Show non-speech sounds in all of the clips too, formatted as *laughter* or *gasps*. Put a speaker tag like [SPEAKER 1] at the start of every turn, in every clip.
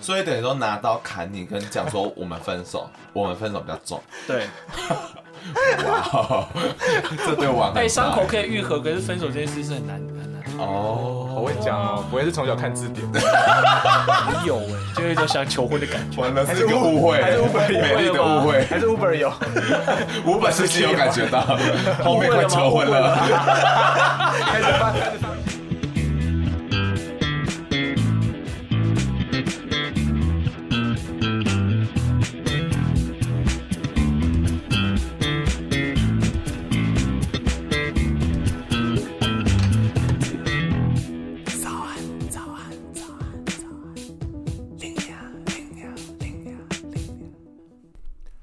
[SPEAKER 1] 所以等于说拿刀砍你，跟讲说我们分手，我们分手比较
[SPEAKER 2] *laughs*
[SPEAKER 1] 重。
[SPEAKER 2] 对，
[SPEAKER 1] 哇，这对网很大欸
[SPEAKER 2] 哎，伤口可以愈合，可是分手这件事是很难很难。
[SPEAKER 1] 哦，
[SPEAKER 3] 好会讲哦，我也是从小看字典的，
[SPEAKER 2] 没有哎，就有一种想求婚的感觉。
[SPEAKER 1] 完了是个误会，
[SPEAKER 3] 还是 Uber 有
[SPEAKER 1] 美丽的误 *laughs* 会，
[SPEAKER 3] 还是 Uber 有，
[SPEAKER 1] 五本是有感觉到，后面快求婚了。
[SPEAKER 3] 开始发，开始发。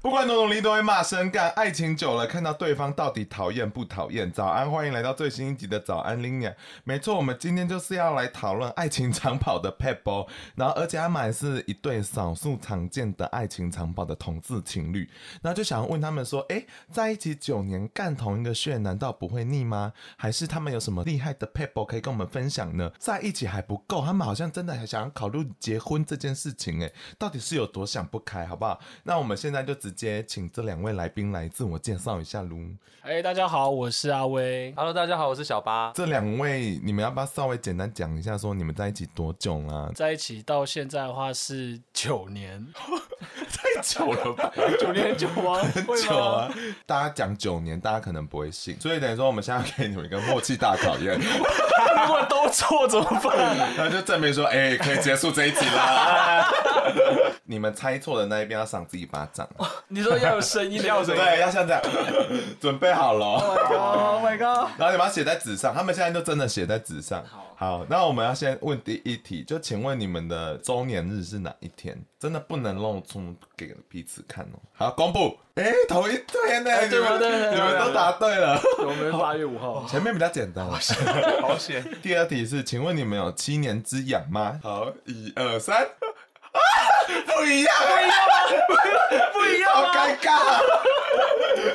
[SPEAKER 1] 不管多努力都会骂声干，爱情久了，看到对方到底讨厌不讨厌。早安，欢迎来到最新一集的早安 Linia。没错，我们今天就是要来讨论爱情长跑的 Pebble，然后而且他们还是一对少数常见的爱情长跑的同志情侣。然后就想问他们说，哎、在一起九年干同一个穴，难道不会腻吗？还是他们有什么厉害的 Pebble 可以跟我们分享呢？在一起还不够，他们好像真的还想要考虑结婚这件事情、诶，哎，到底是有多想不开，好不好？那我们现在就直接请这两位来宾来自我介绍一下喽。
[SPEAKER 2] 哎，大家好，我是阿威。
[SPEAKER 3] Hello，大家好，我是小八。
[SPEAKER 1] 这两位，你们要不要稍微简单讲一下，说你们在一起多久啊啦、
[SPEAKER 2] 在一起到现在的话是九年，
[SPEAKER 1] *laughs* 太久了吧？
[SPEAKER 2] 九年很久吗？很
[SPEAKER 1] 很久啊！大家讲九年，大家可能不会信，所以等于说我们现在给你们一个默契大考验，
[SPEAKER 2] 如果都错怎么办？
[SPEAKER 1] 那就证明说，哎、可以结束这一集啦。你们猜错的那一边要赏自己一巴掌，
[SPEAKER 2] 你说要有声音的，要有
[SPEAKER 1] 对，要像这样，准备好了哦。
[SPEAKER 3] Oh my god！
[SPEAKER 1] 然后你把它写在纸上，他们现在就真的写在纸上。
[SPEAKER 2] 好
[SPEAKER 1] 那我们要先问第一题，就请问你们的周年日是哪一天？真的不能露出给彼此看哦。好，公布。哎，同一天呢、
[SPEAKER 2] 哎
[SPEAKER 1] 你
[SPEAKER 2] 对
[SPEAKER 1] 们
[SPEAKER 2] 对对对啊
[SPEAKER 1] 你们都答对了。
[SPEAKER 2] 我们八月五号，
[SPEAKER 1] 前面比较简单。
[SPEAKER 3] 好险，
[SPEAKER 1] *laughs* 第二题是，请问你们有七年之痒吗？好，一二三。啊， *laughs* 不一样，不一
[SPEAKER 2] 啊
[SPEAKER 1] 样，
[SPEAKER 2] 不一啊
[SPEAKER 1] 好尴尬。啊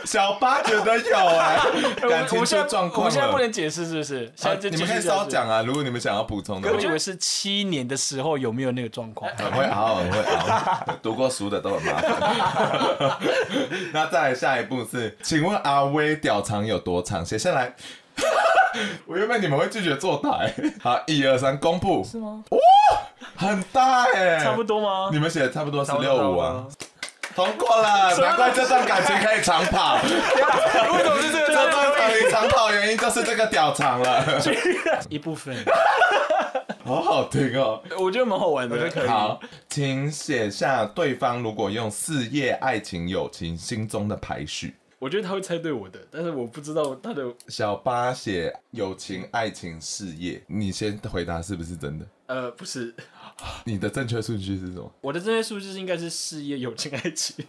[SPEAKER 1] 小八觉得有哎、感
[SPEAKER 2] 我
[SPEAKER 1] 情出
[SPEAKER 2] 们现在
[SPEAKER 1] 状
[SPEAKER 2] 我
[SPEAKER 1] 况
[SPEAKER 2] 们现在不
[SPEAKER 1] 了。
[SPEAKER 2] 能解释，是不是？现
[SPEAKER 1] 啊
[SPEAKER 2] 在就
[SPEAKER 1] 你
[SPEAKER 2] 继
[SPEAKER 1] 们
[SPEAKER 2] 续
[SPEAKER 1] 可以
[SPEAKER 2] 下去
[SPEAKER 1] 稍讲啊，如果你们想要补充的
[SPEAKER 2] 我
[SPEAKER 1] 话啊
[SPEAKER 2] 以。为是七年的时候有没有那个状况？
[SPEAKER 1] 很会熬，很会熬，
[SPEAKER 2] *laughs*
[SPEAKER 1] 读过书的都很麻烦。 *laughs* 那再来下一步是，请问阿威屌长有多长？写下来。 *laughs* 我原本你们会拒绝作答、欸，好，一二三，公布是吗？哇，很大哎、
[SPEAKER 2] 差不多吗？
[SPEAKER 1] 你们写的差不多是
[SPEAKER 3] 差不多
[SPEAKER 1] 六五啊，通过了，
[SPEAKER 2] 么
[SPEAKER 1] 难怪这段感情可以长
[SPEAKER 2] *laughs*
[SPEAKER 1] 跑。
[SPEAKER 3] 为什么是这
[SPEAKER 1] 这
[SPEAKER 3] 个？
[SPEAKER 1] 段感情长跑原因就是这个屌长了，
[SPEAKER 2] 一部分，
[SPEAKER 1] 好好听哦。
[SPEAKER 2] 我觉得蛮好玩的。
[SPEAKER 1] 好，请写下对方如果用事业、爱情、友情心中的排序。
[SPEAKER 2] 我觉得他会猜对我的，但是我不知道他的
[SPEAKER 1] 小八写友情、爱情、事业，你先回答是不是真的？
[SPEAKER 2] 呃不是
[SPEAKER 1] 你的正确顺序是什么？
[SPEAKER 2] 我的这些数字应该是事业、友情、爱情。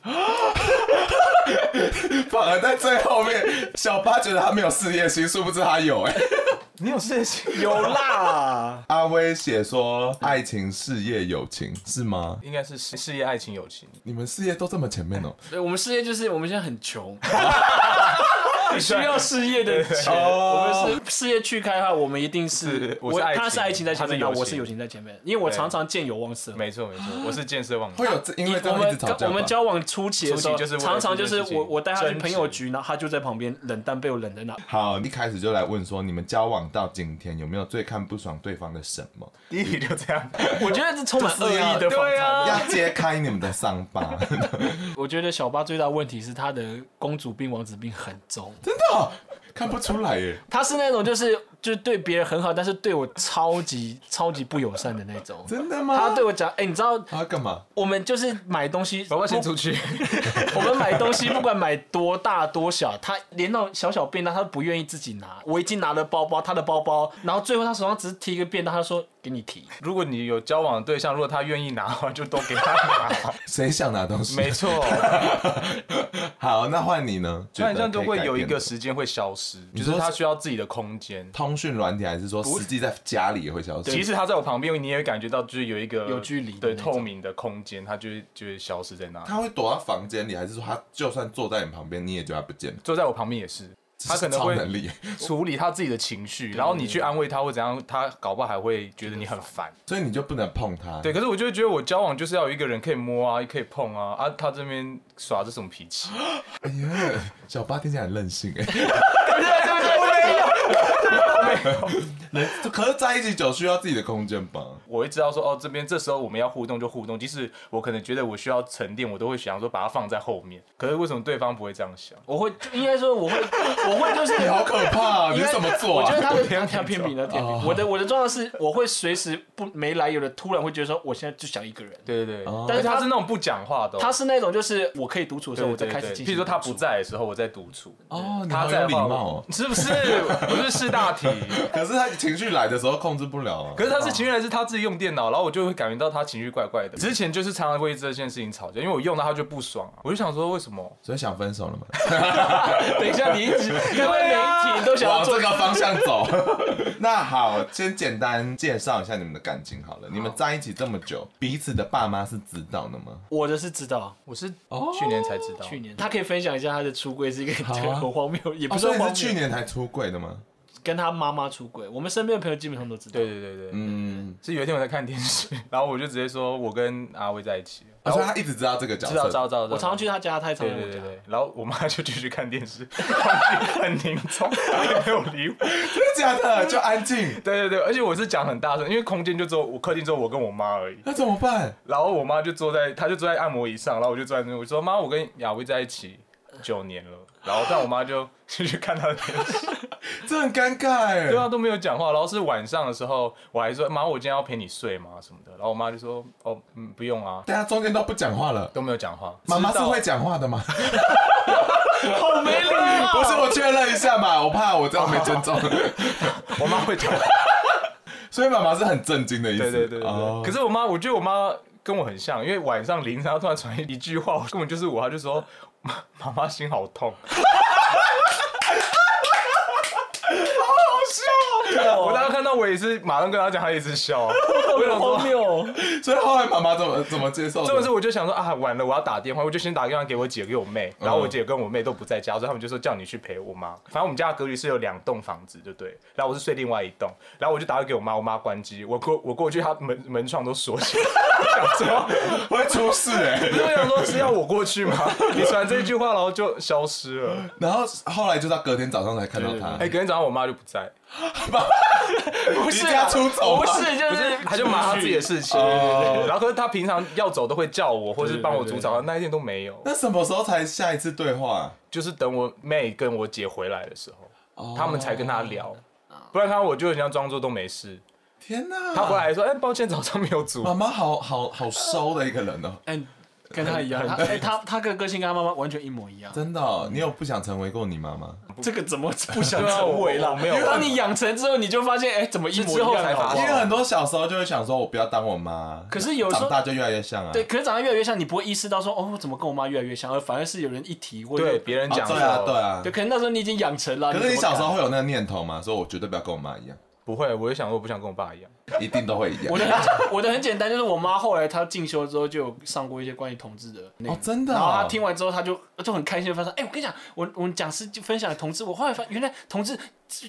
[SPEAKER 1] 反而在最后面，小八觉得他没有事业心，殊不知他有、哎，
[SPEAKER 3] 你有事情？
[SPEAKER 2] 有啦，
[SPEAKER 1] 阿威写说爱情、事业、友情是吗？
[SPEAKER 3] 应该是事事业、爱情、友情。
[SPEAKER 1] 你们事业都这么前面哦、
[SPEAKER 2] *laughs* 对，我们事业就是我们现在很穷， *laughs* 需要事业的钱。
[SPEAKER 1] 哦
[SPEAKER 2] 我们是事业去开的话，我们一定是
[SPEAKER 3] 是我是爱情
[SPEAKER 2] 他是爱情在前面，
[SPEAKER 3] 他
[SPEAKER 2] 那
[SPEAKER 3] 是友情
[SPEAKER 2] 我是友情在前面，因为我
[SPEAKER 3] 对
[SPEAKER 2] 常常见有忘色。
[SPEAKER 3] 没错没错，我是建设网
[SPEAKER 2] *laughs*
[SPEAKER 1] 会有这因为这
[SPEAKER 2] 我
[SPEAKER 1] 样一
[SPEAKER 2] 们
[SPEAKER 1] 直吵架
[SPEAKER 2] 啊我们
[SPEAKER 1] 吧？
[SPEAKER 2] 交往初期的时候，
[SPEAKER 3] 初期就是为了
[SPEAKER 2] 常常就是
[SPEAKER 3] 这件事情
[SPEAKER 2] 我我带他去
[SPEAKER 3] 争执
[SPEAKER 2] 朋友局，然后他就在旁边冷淡被我冷在那。
[SPEAKER 1] 好，一开始就来问说，你们交往到今天有没有最看不爽对方的什么？
[SPEAKER 3] 第一题就这样。
[SPEAKER 2] *laughs* 我觉得这充满恶意的访
[SPEAKER 3] 对
[SPEAKER 2] 谈。
[SPEAKER 1] *laughs*
[SPEAKER 3] 啊，
[SPEAKER 1] 要揭开你们的伤疤，真的
[SPEAKER 2] 我觉得小八最大的问题是他的公主病、王子病很重。
[SPEAKER 1] 哦、 *laughs* 看不出来耶，
[SPEAKER 2] 他是那种就是就是对别人很好，但是对我超级超级不友善的那种。
[SPEAKER 1] 真的
[SPEAKER 2] 他
[SPEAKER 1] 吗？
[SPEAKER 2] 对我讲，哎、你知道
[SPEAKER 1] 他要干嘛？
[SPEAKER 2] 我们就是买东西，
[SPEAKER 3] 宝宝先出去。
[SPEAKER 2] 我们买东西不管买多大多小，他连那种小小便当他都不愿意自己拿。我已经拿了包包，他的包包，然后最后他手上只是提一个便当，他说给你提。
[SPEAKER 3] 如果你有交往的对象，如果他愿意拿的话，就都给他拿。
[SPEAKER 1] 谁想拿东西？
[SPEAKER 3] *laughs* 没错，
[SPEAKER 1] *laughs* 好，那换你呢？
[SPEAKER 3] 那这样就会有一
[SPEAKER 1] 觉得可以改变
[SPEAKER 3] 个
[SPEAKER 1] 的
[SPEAKER 3] 时间会消失，
[SPEAKER 1] 你
[SPEAKER 3] 就
[SPEAKER 1] 说
[SPEAKER 3] 是他需要自己的空间。
[SPEAKER 1] 通讯软体，还是说
[SPEAKER 3] 不
[SPEAKER 1] 实际在家里也会消失？
[SPEAKER 3] 即使他在我旁边，你也会感觉到就是有一个
[SPEAKER 2] 有距离的
[SPEAKER 3] 对
[SPEAKER 2] 那种
[SPEAKER 3] 透明的空间，他就会就会消失在那。
[SPEAKER 1] 他会躲到房间里，还是说他就算坐在你旁边，你也觉得他不见了？
[SPEAKER 3] 坐在我旁边也是，
[SPEAKER 1] 这
[SPEAKER 3] 他
[SPEAKER 1] 是
[SPEAKER 3] 可能
[SPEAKER 1] 超
[SPEAKER 3] 会
[SPEAKER 1] 能力，
[SPEAKER 3] 处理他自己的情绪，然后你去安慰他或怎样，他搞不好还会觉得你很烦。
[SPEAKER 1] 所以你就不能碰他。
[SPEAKER 3] 对，，可是我就会觉得我交往就是要有一个人可以摸啊，可以碰啊，啊，他这边耍这什么脾气？
[SPEAKER 1] 哎呀， *laughs* 小八听起来很任
[SPEAKER 3] *laughs*
[SPEAKER 1] 性哎、哎人可是在一起久需要自己的空间
[SPEAKER 3] *laughs*
[SPEAKER 1] 吧？
[SPEAKER 3] 我会知道说，哦，这边这时候我们要互动就互动，即使我可能觉得我需要沉淀，我都会想说把它放在后面。可是为什么对方不会这样想？
[SPEAKER 2] 我会就应该说我会我会就是
[SPEAKER 1] 你好可怕、啊，你
[SPEAKER 2] 因为
[SPEAKER 1] 怎么做、
[SPEAKER 2] 我觉得
[SPEAKER 1] 啊？
[SPEAKER 2] 他的
[SPEAKER 3] 天
[SPEAKER 2] 他
[SPEAKER 3] 秤
[SPEAKER 2] 他
[SPEAKER 3] 座
[SPEAKER 2] 偏比，他偏哦比。我的我的状况是，我会随时不没来由的突然会觉得说，我现在就想一个人。
[SPEAKER 3] 对对对，
[SPEAKER 1] 哦
[SPEAKER 3] 但是他是那种不讲话的哦、
[SPEAKER 2] 他是那种就是我可以独处的时
[SPEAKER 3] 对
[SPEAKER 2] 候，
[SPEAKER 3] 对
[SPEAKER 2] 我再开
[SPEAKER 3] 对
[SPEAKER 2] 始
[SPEAKER 3] 对
[SPEAKER 2] 进行。
[SPEAKER 3] 譬如说他不，在的时候，我在独处。
[SPEAKER 1] 哦，你
[SPEAKER 3] 他
[SPEAKER 1] 好有
[SPEAKER 3] 在的
[SPEAKER 1] 礼
[SPEAKER 3] 话
[SPEAKER 1] 貌、哦。
[SPEAKER 3] *laughs* 是不是？我是试大
[SPEAKER 1] *laughs*
[SPEAKER 3] 题。
[SPEAKER 1] 可是他情绪来的时候控制不了啊。
[SPEAKER 3] 可是他是情绪来自他自己用电脑，然后我就会感觉到他情绪怪怪的。之前就是常常为这件事情吵架，因为我用了他就不爽啊，我就想说为什么？
[SPEAKER 1] 所以想分手了吗？
[SPEAKER 2] 等一下你一直因为每一题你都想要
[SPEAKER 1] 往
[SPEAKER 2] 做
[SPEAKER 1] 这个方向走。 *laughs* 那好，先简单介绍一下你们的感情好了。你们在一起这么久，彼此的爸妈是知道的吗？
[SPEAKER 2] 我的是知道，
[SPEAKER 3] 我是
[SPEAKER 1] 哦
[SPEAKER 3] 去年才知道，
[SPEAKER 2] 去年他可以分享一下他的出柜是一个
[SPEAKER 1] 啊
[SPEAKER 2] *laughs* 很荒谬，也
[SPEAKER 1] 哦，
[SPEAKER 2] 不
[SPEAKER 1] 所以
[SPEAKER 2] 算荒
[SPEAKER 1] 你
[SPEAKER 2] 谬。
[SPEAKER 1] 是去年才出柜的吗？
[SPEAKER 2] 跟他妈妈出轨，我们身边的朋友基本上都知道。
[SPEAKER 3] 对对对对，
[SPEAKER 1] 嗯，
[SPEAKER 3] 是有一天我在看电视， *laughs* 然后我就直接说我跟阿威在一起，
[SPEAKER 1] 哦
[SPEAKER 3] 然
[SPEAKER 1] 所
[SPEAKER 3] 后
[SPEAKER 1] 以他一直知道这个角
[SPEAKER 3] 知道知道
[SPEAKER 1] 色。
[SPEAKER 3] 知道，知道
[SPEAKER 2] 我常常去。他家，他也常
[SPEAKER 3] 对
[SPEAKER 2] 来我
[SPEAKER 3] 对
[SPEAKER 2] 家。
[SPEAKER 3] 对对，然后我妈就继续看电视， *laughs* 很凝重， *laughs* 也没有理我。
[SPEAKER 1] 真的假的？就安静，
[SPEAKER 3] 对对对，而且我是讲很大声，因为空间就只有我客厅只有我跟我妈而已。
[SPEAKER 1] 那怎么办？
[SPEAKER 3] 然后我妈就坐在，她就坐在按摩椅上，然后我就坐在那边，我说妈，我跟雅薇在一起九年了。然后但我妈就就去看她的电视，
[SPEAKER 1] 这很尴尬哎。
[SPEAKER 3] 对啊都没有讲话。然后是晚上的时候，我还说妈，我今天要陪你睡吗什么的。然后我妈就说哦，嗯，不用啊，
[SPEAKER 1] 大家中间都不讲话了。
[SPEAKER 3] 都没有讲话。
[SPEAKER 1] 妈妈
[SPEAKER 3] 直
[SPEAKER 1] 是
[SPEAKER 3] 到
[SPEAKER 1] 会讲话的吗？
[SPEAKER 2] 好没礼貌。
[SPEAKER 1] 不是，我确认一下嘛，我怕我这样没尊重。
[SPEAKER 3] 哦我妈会讲话，
[SPEAKER 1] *laughs* 所以妈妈是很震惊的意思。
[SPEAKER 3] *laughs* 对对对对对。
[SPEAKER 1] 哦
[SPEAKER 3] 可是我妈，我觉得我妈跟我很像，因为晚上凌晨她突然传一句话，根本就是我，她就说妈妈妈心好 *laughs* 痛。哦我当时看到我也是马上跟她讲，她也是笑。 *laughs* 我想
[SPEAKER 2] 好
[SPEAKER 3] 说
[SPEAKER 2] 荒。谬。
[SPEAKER 1] 所以后来妈妈怎么怎么接受的？
[SPEAKER 3] 这个时候我就想说啊，完了，我要打电话，我就先打电话给我姐给我妹，
[SPEAKER 2] 嗯
[SPEAKER 3] 然后我姐跟我妹都不在家，所以他们就说叫你去陪我妈。反正我们家的格局是有两栋房子，就对。然后我是睡另外一栋，然后我就打电话给我妈，我妈关机，我过我过去，她门门窗都锁起来， *laughs* 我想说，
[SPEAKER 1] 会出事哎、
[SPEAKER 3] 不是我想说是要我过去吗？ *laughs* 你传这句话，然后就消失了。
[SPEAKER 1] 然后后来就到隔天早上才看到他。
[SPEAKER 3] 哎，隔天早上我妈就不在，
[SPEAKER 1] 不
[SPEAKER 2] 不是
[SPEAKER 1] 家
[SPEAKER 2] 啊
[SPEAKER 1] 出走吗
[SPEAKER 2] 不是，就
[SPEAKER 3] 不是
[SPEAKER 2] 是，
[SPEAKER 3] 她就忙她自己的事情。
[SPEAKER 1] 哦
[SPEAKER 3] 然后可是她平常要走都会叫我，或是帮我煮
[SPEAKER 2] 对对对
[SPEAKER 3] 早餐，那一天都没有，
[SPEAKER 1] 那什么时候才下一次对话？啊
[SPEAKER 3] 就是等我妹跟我姐回来的时候。
[SPEAKER 1] 哦
[SPEAKER 3] 他们才跟他聊，不然他我就很像装作都没事。
[SPEAKER 1] 天哪！
[SPEAKER 3] 他回来还说：“哎，抱歉，早上没有煮
[SPEAKER 1] 妈。妈好好好收的一个人哦，
[SPEAKER 2] 嗯，跟他一样，他哎他他跟个性跟他妈妈完全一模一样。
[SPEAKER 1] 真的哦、你有不想成为过你妈妈？
[SPEAKER 2] 这个怎么不”想
[SPEAKER 3] 对啊，
[SPEAKER 2] 成为
[SPEAKER 3] 我
[SPEAKER 2] 啦
[SPEAKER 3] 我？没有办法。
[SPEAKER 2] 当你养成之后，你就发现，哎，怎么一模一样
[SPEAKER 3] 是之后才发
[SPEAKER 2] 好不
[SPEAKER 1] 因
[SPEAKER 2] 好
[SPEAKER 1] 为很多啊小时候就会想说，我不要当我妈，
[SPEAKER 2] 可是有时候
[SPEAKER 1] 长大就越来越像啊。
[SPEAKER 2] 对，，可是长得越来越像，你不会意识到说，哦，我怎么跟我妈越来越像，而反而是有人一提或者
[SPEAKER 3] 对别人
[SPEAKER 1] 哦、
[SPEAKER 3] 讲
[SPEAKER 1] 对
[SPEAKER 3] 说，
[SPEAKER 1] 啊，对啊
[SPEAKER 2] 对，。可能那时候你已经养成了。
[SPEAKER 1] 可是你
[SPEAKER 2] 怎么
[SPEAKER 1] 小
[SPEAKER 2] 敢
[SPEAKER 1] 时候会有那个念头吗？说我绝对不要跟我妈一样，
[SPEAKER 3] 不会，我就想说我不想跟我爸一样。
[SPEAKER 1] 一定都会一样
[SPEAKER 2] 我。的很 *laughs* 我的很简单，就是我妈后来她进修之后就有上过一些关于同志的内容
[SPEAKER 1] 哦真的哦
[SPEAKER 2] 然后她听完之后，她就就很开心，发现哎、我跟你讲，我我们讲师就分享同志，我后来发原来同志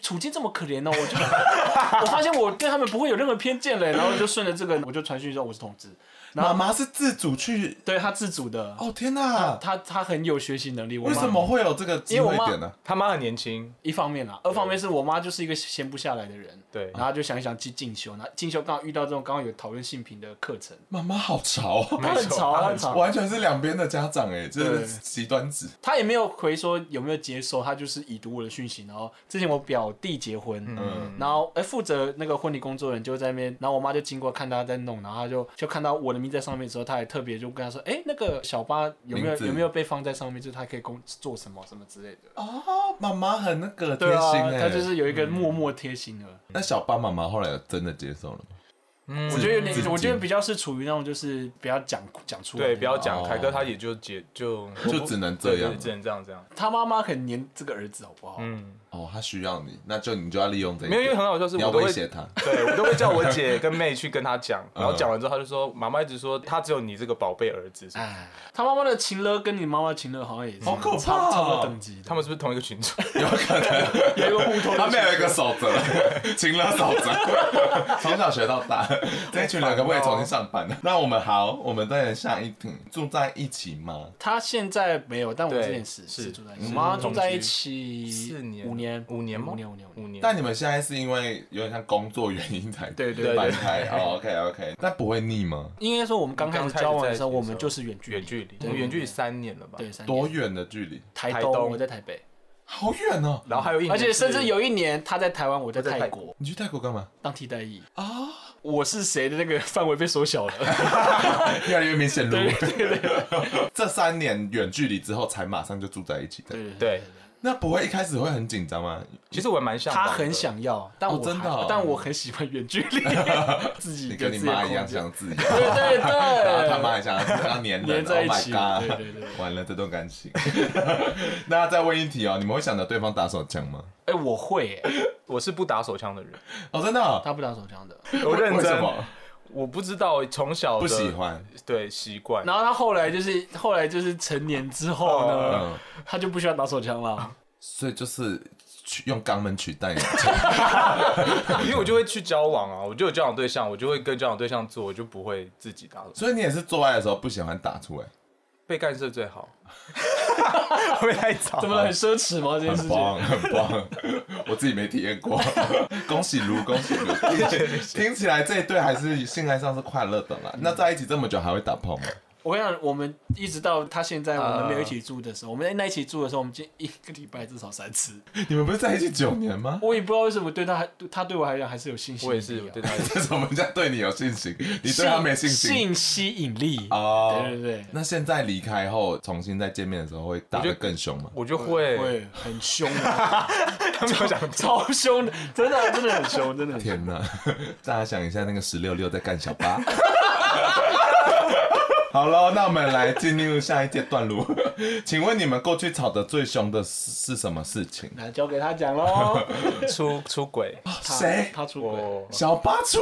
[SPEAKER 2] 处境这么可怜哦，我就 *laughs* 我发现我对他们不会有任何偏见嘞，然后我就顺着这个，我就传讯说我是同志， *laughs* 然
[SPEAKER 1] 妈
[SPEAKER 2] 后
[SPEAKER 1] 妈是自主去，
[SPEAKER 2] 对她自主的，
[SPEAKER 1] 哦天
[SPEAKER 2] 她
[SPEAKER 1] 哪！
[SPEAKER 2] 她她很有学习能啊力，我
[SPEAKER 1] 为
[SPEAKER 2] 妈
[SPEAKER 1] 什么会有这个机
[SPEAKER 2] 因为我
[SPEAKER 1] 会
[SPEAKER 2] 妈
[SPEAKER 1] 点呢？
[SPEAKER 3] 他妈很年轻，
[SPEAKER 2] 一方面啦，二方面是我妈就是一个闲不下来的人。
[SPEAKER 3] 对
[SPEAKER 1] 啊
[SPEAKER 2] 然后就想一想去进修，然后进修刚好遇到这种刚好有讨论性平的课程，
[SPEAKER 1] 妈妈好潮哦，
[SPEAKER 2] 她
[SPEAKER 3] 没
[SPEAKER 2] 很
[SPEAKER 3] 错
[SPEAKER 2] 潮，
[SPEAKER 3] 她
[SPEAKER 2] 她很
[SPEAKER 3] 很
[SPEAKER 2] 潮，
[SPEAKER 1] 完全是两边的家长哎，这
[SPEAKER 2] 对
[SPEAKER 1] 是极端子。
[SPEAKER 2] 他也没有回说有没有接受，他就是已读我的讯息。然后之前我表弟结婚，
[SPEAKER 1] 嗯
[SPEAKER 2] 然后哎负责那个婚礼工作人就在那边，然后我妈就经过看他在弄，然后他就就看到我的名字在上面的时候，他还特别就跟他说，哎、那个小八有没有
[SPEAKER 1] 名字
[SPEAKER 2] 有没有被放在上面，就是他可以工做什么什么之类的。
[SPEAKER 1] 哦，妈妈很那个贴
[SPEAKER 2] 对
[SPEAKER 1] 心
[SPEAKER 2] 啊，
[SPEAKER 1] 哎、
[SPEAKER 2] 他就是有一个默默贴心的。
[SPEAKER 1] 那小八妈妈后来有真的接受了吗？
[SPEAKER 3] 嗯
[SPEAKER 2] 我觉得有
[SPEAKER 1] 自己
[SPEAKER 2] 点，我觉得比较是处于那种就是不要讲讲出来，
[SPEAKER 3] 对，不要。讲。
[SPEAKER 1] 哦
[SPEAKER 3] 凯哥他也就解就
[SPEAKER 1] 就只能这样
[SPEAKER 3] 对对只能这样这样。
[SPEAKER 2] 他妈妈很黏这个儿子，好不好？
[SPEAKER 3] 嗯，
[SPEAKER 1] 哦，他需要你，那就你就要利用这一
[SPEAKER 3] 没有，因为
[SPEAKER 1] 点，
[SPEAKER 3] 很好笑，是
[SPEAKER 1] 你
[SPEAKER 3] 我
[SPEAKER 1] 要
[SPEAKER 3] 都会
[SPEAKER 1] 威胁他。
[SPEAKER 3] 对我都会叫我姐跟妹去跟她讲，然后
[SPEAKER 1] *laughs* 嗯
[SPEAKER 3] 讲完之后，她就说妈妈一直说她只有你这个宝贝儿子，
[SPEAKER 2] 哎，他妈妈的情勒跟你妈妈情勒好像也是
[SPEAKER 1] 好可怕哦
[SPEAKER 2] 差差不多等级的，
[SPEAKER 3] 他们是不是同一个群组？
[SPEAKER 2] 有
[SPEAKER 3] *laughs*
[SPEAKER 2] 一个互通的
[SPEAKER 1] 他们有一个守则， *laughs* 情了守则， *laughs* 从小学到
[SPEAKER 3] *laughs*
[SPEAKER 1] 大，这一群人可不可以重新上班
[SPEAKER 3] 哦
[SPEAKER 1] 呢？那我们好，我们再来下一题，住在一起吗？
[SPEAKER 3] 嗯
[SPEAKER 2] 他现在没有，但我
[SPEAKER 3] 对
[SPEAKER 2] 之前是
[SPEAKER 3] 是
[SPEAKER 2] 是住在一
[SPEAKER 1] 嗯
[SPEAKER 2] 起，我妈妈住在一起
[SPEAKER 3] 四年
[SPEAKER 2] 五年，
[SPEAKER 3] 五年吗
[SPEAKER 2] 五年，五年，五
[SPEAKER 3] 五
[SPEAKER 2] 年。
[SPEAKER 3] 年，
[SPEAKER 1] 但你们现在是因为有点像工作原因才
[SPEAKER 2] 对对对
[SPEAKER 1] 搬开，OK OK，那不会腻吗？
[SPEAKER 2] 应该说我们刚开始交往的时候，
[SPEAKER 3] 刚开始在一起的时候
[SPEAKER 2] 我们就是远距
[SPEAKER 3] 远距离，我们
[SPEAKER 2] 对
[SPEAKER 3] 远距离三年了吧？
[SPEAKER 2] 对，三年
[SPEAKER 1] 多远的距离？
[SPEAKER 2] 台
[SPEAKER 3] 台东
[SPEAKER 2] 东，我在台北，
[SPEAKER 1] 好远哦！
[SPEAKER 3] 然后还有一年
[SPEAKER 2] 而
[SPEAKER 3] 是，
[SPEAKER 2] 且甚至有一年他在台湾，我在
[SPEAKER 3] 在泰
[SPEAKER 2] 泰国
[SPEAKER 1] 你去泰国干嘛？
[SPEAKER 2] 当替代役啊。我是谁的那个范围被缩小 *laughs* 了，
[SPEAKER 1] *laughs* 越来越明显路。
[SPEAKER 2] 对对对
[SPEAKER 1] *laughs* 这三年远距离之后，才马上就住在一起的。
[SPEAKER 2] 对对。
[SPEAKER 3] 对，
[SPEAKER 1] 那不会一开始会很紧张吗？
[SPEAKER 3] 其实我也蛮向往
[SPEAKER 2] 他
[SPEAKER 3] 的
[SPEAKER 2] 很，想要，但
[SPEAKER 1] 哦
[SPEAKER 2] 我
[SPEAKER 1] 真的
[SPEAKER 2] 还
[SPEAKER 1] 哦
[SPEAKER 2] 但我很喜欢远距
[SPEAKER 1] *laughs*
[SPEAKER 2] 离，自己
[SPEAKER 1] 你
[SPEAKER 2] 一个
[SPEAKER 1] 跟你
[SPEAKER 2] 自己的
[SPEAKER 1] 妈一样
[SPEAKER 2] 空间
[SPEAKER 1] 想自己，
[SPEAKER 2] 对对
[SPEAKER 1] 然后
[SPEAKER 2] 对，
[SPEAKER 1] 他妈也想要黏人
[SPEAKER 2] 黏在一起
[SPEAKER 1] Oh my god
[SPEAKER 2] 对对对
[SPEAKER 1] 完了这段感情。 *laughs* 那再问一题哦，你们会想着对方打手枪吗？
[SPEAKER 2] 哎，我会，哎
[SPEAKER 3] 我是不打手枪的
[SPEAKER 1] *laughs*
[SPEAKER 3] 人，
[SPEAKER 1] 哦，真的哦、
[SPEAKER 2] 他不打手枪的。
[SPEAKER 3] 我认
[SPEAKER 1] 为什
[SPEAKER 3] 真，
[SPEAKER 1] 么
[SPEAKER 3] 我不知道从小的
[SPEAKER 1] 不喜，欢？
[SPEAKER 3] 对习惯，
[SPEAKER 2] 然后他后来就是后来就是成年之后呢，
[SPEAKER 1] 嗯，
[SPEAKER 2] 他就不喜欢打手枪
[SPEAKER 1] 哦
[SPEAKER 2] 了。
[SPEAKER 1] 所以就是去用肛门取代你。 *laughs*
[SPEAKER 3] 因为我就会去交往啊，我就有交往对象，我就会跟交往对象做，我就不会自己打手枪，
[SPEAKER 1] 所以你也是做爱的时候不喜欢打出来，
[SPEAKER 3] 被干涉最
[SPEAKER 2] *laughs*
[SPEAKER 3] 好，会不会太早？ *laughs*
[SPEAKER 2] 怎么了很奢侈吗？这件事
[SPEAKER 1] 哦很棒
[SPEAKER 2] 情？
[SPEAKER 1] 很棒， *laughs* 我自己没体验过。 *laughs* 恭喜卢，恭喜卢！听起来这一对还是性爱上是快乐的
[SPEAKER 2] 嗯
[SPEAKER 1] 啦。那在一起这么久还会打
[SPEAKER 2] *laughs*
[SPEAKER 1] 炮吗？
[SPEAKER 2] 我跟你讲，我们一直到他现在，我
[SPEAKER 3] 啊
[SPEAKER 2] 们没有一
[SPEAKER 1] 嗯
[SPEAKER 2] 起住的时候，我们在那一起住的时候，我们今一个礼拜至少三次。
[SPEAKER 1] 你们不是在一起九年吗？
[SPEAKER 2] 我也不知道为什么对他还对他对我还还是有信心。
[SPEAKER 3] 我也是，我
[SPEAKER 1] *laughs*
[SPEAKER 2] *laughs*
[SPEAKER 3] 对他也是
[SPEAKER 1] 为什么人家对你有信心，你对他没信心？
[SPEAKER 2] 性吸引力。
[SPEAKER 1] 哦
[SPEAKER 2] 对对对，
[SPEAKER 1] 那现在离开后，重新再见面的时候会打得更凶吗？
[SPEAKER 3] 我就会，
[SPEAKER 2] 会很凶的，
[SPEAKER 3] 他没有想
[SPEAKER 2] 超凶的，真的真的很凶，真的很凶。
[SPEAKER 1] 天哪！ *laughs* 大家想一下，那个十六六在干小八。 *laughs* 好了，那我们来进入下一阶段路。 *laughs* 请问你们过去吵得最凶的是是什么事情？
[SPEAKER 2] 那交给他讲喽。
[SPEAKER 3] 出出轨，
[SPEAKER 2] 他
[SPEAKER 1] 谁
[SPEAKER 2] 他出轨。
[SPEAKER 3] 我
[SPEAKER 1] 小八出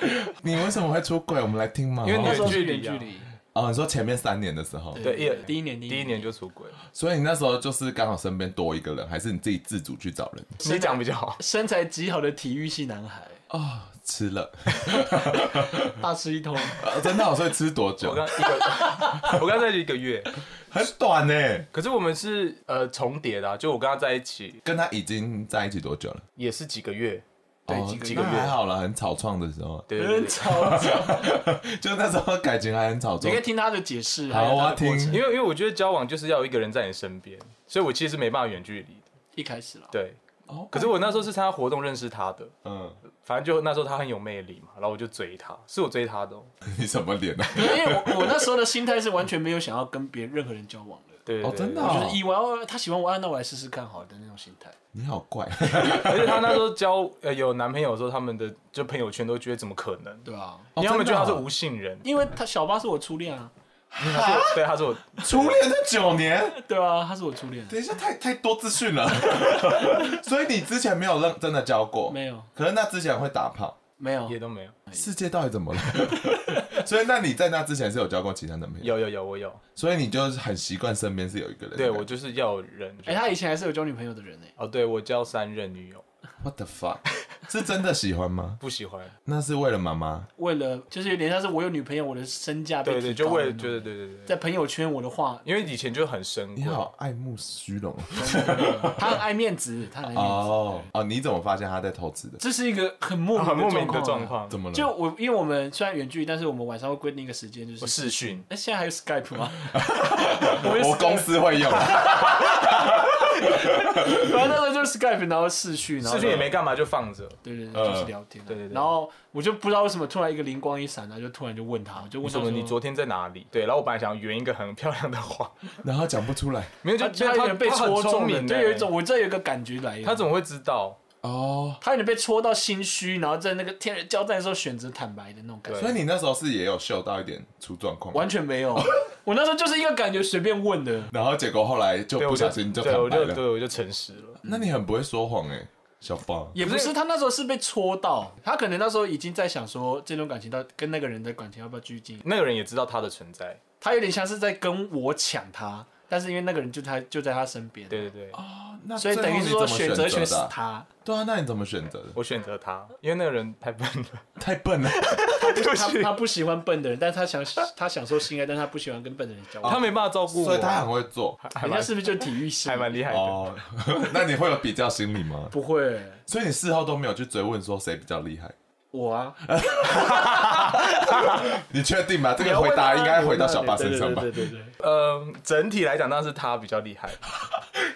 [SPEAKER 1] 轨？ *laughs* 你为什么会出轨？我们来听嘛。
[SPEAKER 3] 因为你
[SPEAKER 2] 那时候是
[SPEAKER 3] 远
[SPEAKER 2] 远
[SPEAKER 3] 距
[SPEAKER 2] 距
[SPEAKER 3] 离啊
[SPEAKER 2] 离，
[SPEAKER 1] 哦，你说前面三年的时候，
[SPEAKER 3] 对一
[SPEAKER 2] 第一年，
[SPEAKER 3] 第一年就出轨，
[SPEAKER 1] 所以你那时候就是刚好身边多一个人，还是你自己自主去找人？
[SPEAKER 3] 你讲比较好。
[SPEAKER 2] 身材极好的体育系男孩，
[SPEAKER 1] 哦，吃了，
[SPEAKER 2] 大吃一通。
[SPEAKER 1] 呃真的好，所以吃多久
[SPEAKER 3] 我？刚一个， *laughs* 我刚在一起一个月，
[SPEAKER 1] 很短呢、欸
[SPEAKER 3] 可是我们是呃重叠的、啊，就我跟他在一起
[SPEAKER 1] 跟他已经在一起多久了？
[SPEAKER 3] 也是几个月，对，
[SPEAKER 1] 哦
[SPEAKER 3] 几
[SPEAKER 1] 那
[SPEAKER 3] 几个月，
[SPEAKER 1] 还好了，很草创的时候，
[SPEAKER 3] 对对
[SPEAKER 2] 很
[SPEAKER 3] 对。
[SPEAKER 2] 吵，
[SPEAKER 1] 就那时候感情还很草
[SPEAKER 2] 你
[SPEAKER 1] 创
[SPEAKER 2] 可以。听他的解释。
[SPEAKER 1] 好
[SPEAKER 2] 还有他的
[SPEAKER 1] 我要听
[SPEAKER 2] 过程
[SPEAKER 3] 因为因为我觉得交往就是要有一个人在你身边，所以我其实没办法远距离的。
[SPEAKER 2] 一开始了，
[SPEAKER 3] 对，
[SPEAKER 1] 哦
[SPEAKER 3] 可是我那时候是参加活动认识他的，
[SPEAKER 1] 嗯， *laughs*
[SPEAKER 3] 反正就那时候他很有魅力嘛，然后我就追他，是我追他的、哦。
[SPEAKER 1] 你什么脸啊？ *laughs*
[SPEAKER 2] 因为我我那时候的心态是完全没有想要跟别人任何人交往的。
[SPEAKER 3] 对
[SPEAKER 1] 哦
[SPEAKER 3] 对
[SPEAKER 1] 真的
[SPEAKER 3] 对
[SPEAKER 1] 哦
[SPEAKER 2] 就是以为哦他喜欢我，啊那我来试试看好了的那种心态。
[SPEAKER 1] 你好
[SPEAKER 3] *laughs*
[SPEAKER 1] 怪，
[SPEAKER 3] 而且他那时候交呃有男朋友的时候，他们的就朋友圈都觉得怎么可能？
[SPEAKER 2] 对啊，
[SPEAKER 1] 哦
[SPEAKER 3] 因为他们觉
[SPEAKER 1] 真的
[SPEAKER 3] 得
[SPEAKER 1] 哦
[SPEAKER 3] 他是无性人，
[SPEAKER 2] 因为他小八是我初恋啊，
[SPEAKER 3] 因为他是我对他是我 *laughs*
[SPEAKER 1] 啊初恋这九年， *laughs*
[SPEAKER 2] 对啊，他是我初恋啊，
[SPEAKER 1] 等一下太太多资讯了， *laughs* 所以你之前没有认真的交过，
[SPEAKER 2] 没有
[SPEAKER 1] 可是那之前会打炮，
[SPEAKER 2] 没有
[SPEAKER 3] 也都没有，
[SPEAKER 1] 世界到底怎么了？ *laughs* 所以那你在那之前是有交过其他男朋友，
[SPEAKER 3] 有有有我有，
[SPEAKER 1] 所以你就是很习惯身边是有一个人。
[SPEAKER 3] 对我就是要有人。
[SPEAKER 2] 哎、他以前还是有交女朋友的人呢、
[SPEAKER 3] 哦，对我交三任女友，
[SPEAKER 1] ，What the fuck，是真的喜欢吗？ *laughs*
[SPEAKER 3] 不喜欢，
[SPEAKER 1] 那是为了妈妈，
[SPEAKER 2] 为了就是有点像是我有女朋友，我的身价被
[SPEAKER 3] 对对，
[SPEAKER 2] 提高
[SPEAKER 3] 就为了
[SPEAKER 2] 那种
[SPEAKER 3] 对对对对对，
[SPEAKER 2] 在朋友圈我的话，
[SPEAKER 3] 因为以前就很深
[SPEAKER 1] 你
[SPEAKER 3] 贵，
[SPEAKER 1] 好爱慕虚
[SPEAKER 3] *laughs*
[SPEAKER 1] 荣。
[SPEAKER 2] 他很爱面子，他很爱
[SPEAKER 3] 哎
[SPEAKER 2] 面子。
[SPEAKER 1] 哦哦，你怎么发现他在偷吃的？
[SPEAKER 2] 这是一个很莫
[SPEAKER 3] 哦很莫名
[SPEAKER 2] 名
[SPEAKER 3] 的状
[SPEAKER 2] 状啊。
[SPEAKER 3] 况，
[SPEAKER 1] 怎么了？
[SPEAKER 2] 就我，因为我们虽然远距离，但是我们晚上会规定一个时间，就
[SPEAKER 3] 我
[SPEAKER 2] 是。
[SPEAKER 3] 视讯，
[SPEAKER 2] 哎，现在还有 Skype
[SPEAKER 3] *laughs*
[SPEAKER 2] 吗？
[SPEAKER 1] 我公司会用，啊
[SPEAKER 2] 反正那时候就是 Skype，然后视讯，然后
[SPEAKER 3] 视讯也没干嘛就放着，
[SPEAKER 2] 对对
[SPEAKER 1] 呃
[SPEAKER 2] 对，就是聊天啊。
[SPEAKER 3] 对对对
[SPEAKER 2] 然后我就不知道为什么突然一个灵光一闪，然后就突然就问他，我就
[SPEAKER 3] 为
[SPEAKER 2] 问
[SPEAKER 3] 什
[SPEAKER 2] 他
[SPEAKER 3] 么
[SPEAKER 2] 说
[SPEAKER 3] 你昨天在哪里？对，然后我本来想圆一个很漂亮的谎，
[SPEAKER 1] 然后讲不出来。
[SPEAKER 3] 没有
[SPEAKER 2] 啊他
[SPEAKER 3] 就
[SPEAKER 2] 就有点被
[SPEAKER 3] 他
[SPEAKER 2] 戳
[SPEAKER 3] 很聪
[SPEAKER 2] 中了，
[SPEAKER 3] 明，欸
[SPEAKER 2] 就有一种。我这有一个感觉来了。
[SPEAKER 3] 他怎么会知道？
[SPEAKER 1] 哦，
[SPEAKER 2] 他有点被戳到心虚，然后在那个天人交战的时候选择坦白的那种感觉，
[SPEAKER 1] 所以你那时候是也有嗅到一点出状况，
[SPEAKER 2] 完全没有。我那时候就是一个感觉随便问的，
[SPEAKER 1] 然后结果后来就
[SPEAKER 3] 对，
[SPEAKER 1] 不
[SPEAKER 3] 我
[SPEAKER 1] 小
[SPEAKER 3] 就
[SPEAKER 1] 心就坦
[SPEAKER 3] 对，我
[SPEAKER 1] 白
[SPEAKER 3] 就
[SPEAKER 1] 了。
[SPEAKER 3] 对，我就诚实了。
[SPEAKER 1] 那你很不会说谎哎，小芳。
[SPEAKER 2] 也不是他那时候是被戳到，他可能那时候已经在想说这段感情到跟那个人的感情要不要继续经营，
[SPEAKER 3] 那个人也知道他的存在，
[SPEAKER 2] 他有点像是在跟我抢他，但是因为那个人就他就在他身边，
[SPEAKER 3] 对对对，
[SPEAKER 1] 啊那
[SPEAKER 2] 所以
[SPEAKER 1] 最
[SPEAKER 2] 等
[SPEAKER 1] 后
[SPEAKER 2] 于
[SPEAKER 1] 你
[SPEAKER 2] 是
[SPEAKER 1] 怎
[SPEAKER 2] 说
[SPEAKER 1] 么
[SPEAKER 2] 选
[SPEAKER 1] 选
[SPEAKER 2] 择
[SPEAKER 1] 择
[SPEAKER 2] 权
[SPEAKER 1] 的
[SPEAKER 2] 是
[SPEAKER 1] 啊？
[SPEAKER 2] 他，
[SPEAKER 1] 对啊，那你怎么选择的？
[SPEAKER 3] 我选择他，因为那个人太笨了。
[SPEAKER 1] 太笨了，
[SPEAKER 3] 对不
[SPEAKER 2] 他
[SPEAKER 3] 起，
[SPEAKER 2] 他不喜欢笨的人，但是他想他享受性爱，但他不喜欢跟笨的人交
[SPEAKER 3] 他
[SPEAKER 2] 往。
[SPEAKER 3] 没办法照顾
[SPEAKER 1] 啊
[SPEAKER 3] 我，
[SPEAKER 1] 所以他很会做
[SPEAKER 2] 人家是不是就体育系
[SPEAKER 3] 还？蛮厉害的。
[SPEAKER 1] 哦。 *laughs* 那你会有比较心理吗？
[SPEAKER 2] 不会，
[SPEAKER 1] 所以你事后都没有去追问说谁比较厉害？
[SPEAKER 2] 我啊，
[SPEAKER 1] 你确定吗？这
[SPEAKER 2] 不
[SPEAKER 1] 个
[SPEAKER 2] 要
[SPEAKER 1] 回
[SPEAKER 2] 问
[SPEAKER 1] 答
[SPEAKER 2] 啊
[SPEAKER 1] 应该回到小巴身上吧
[SPEAKER 2] 对？对对对对对
[SPEAKER 3] 呃，整体来讲，当然是他比较厉害，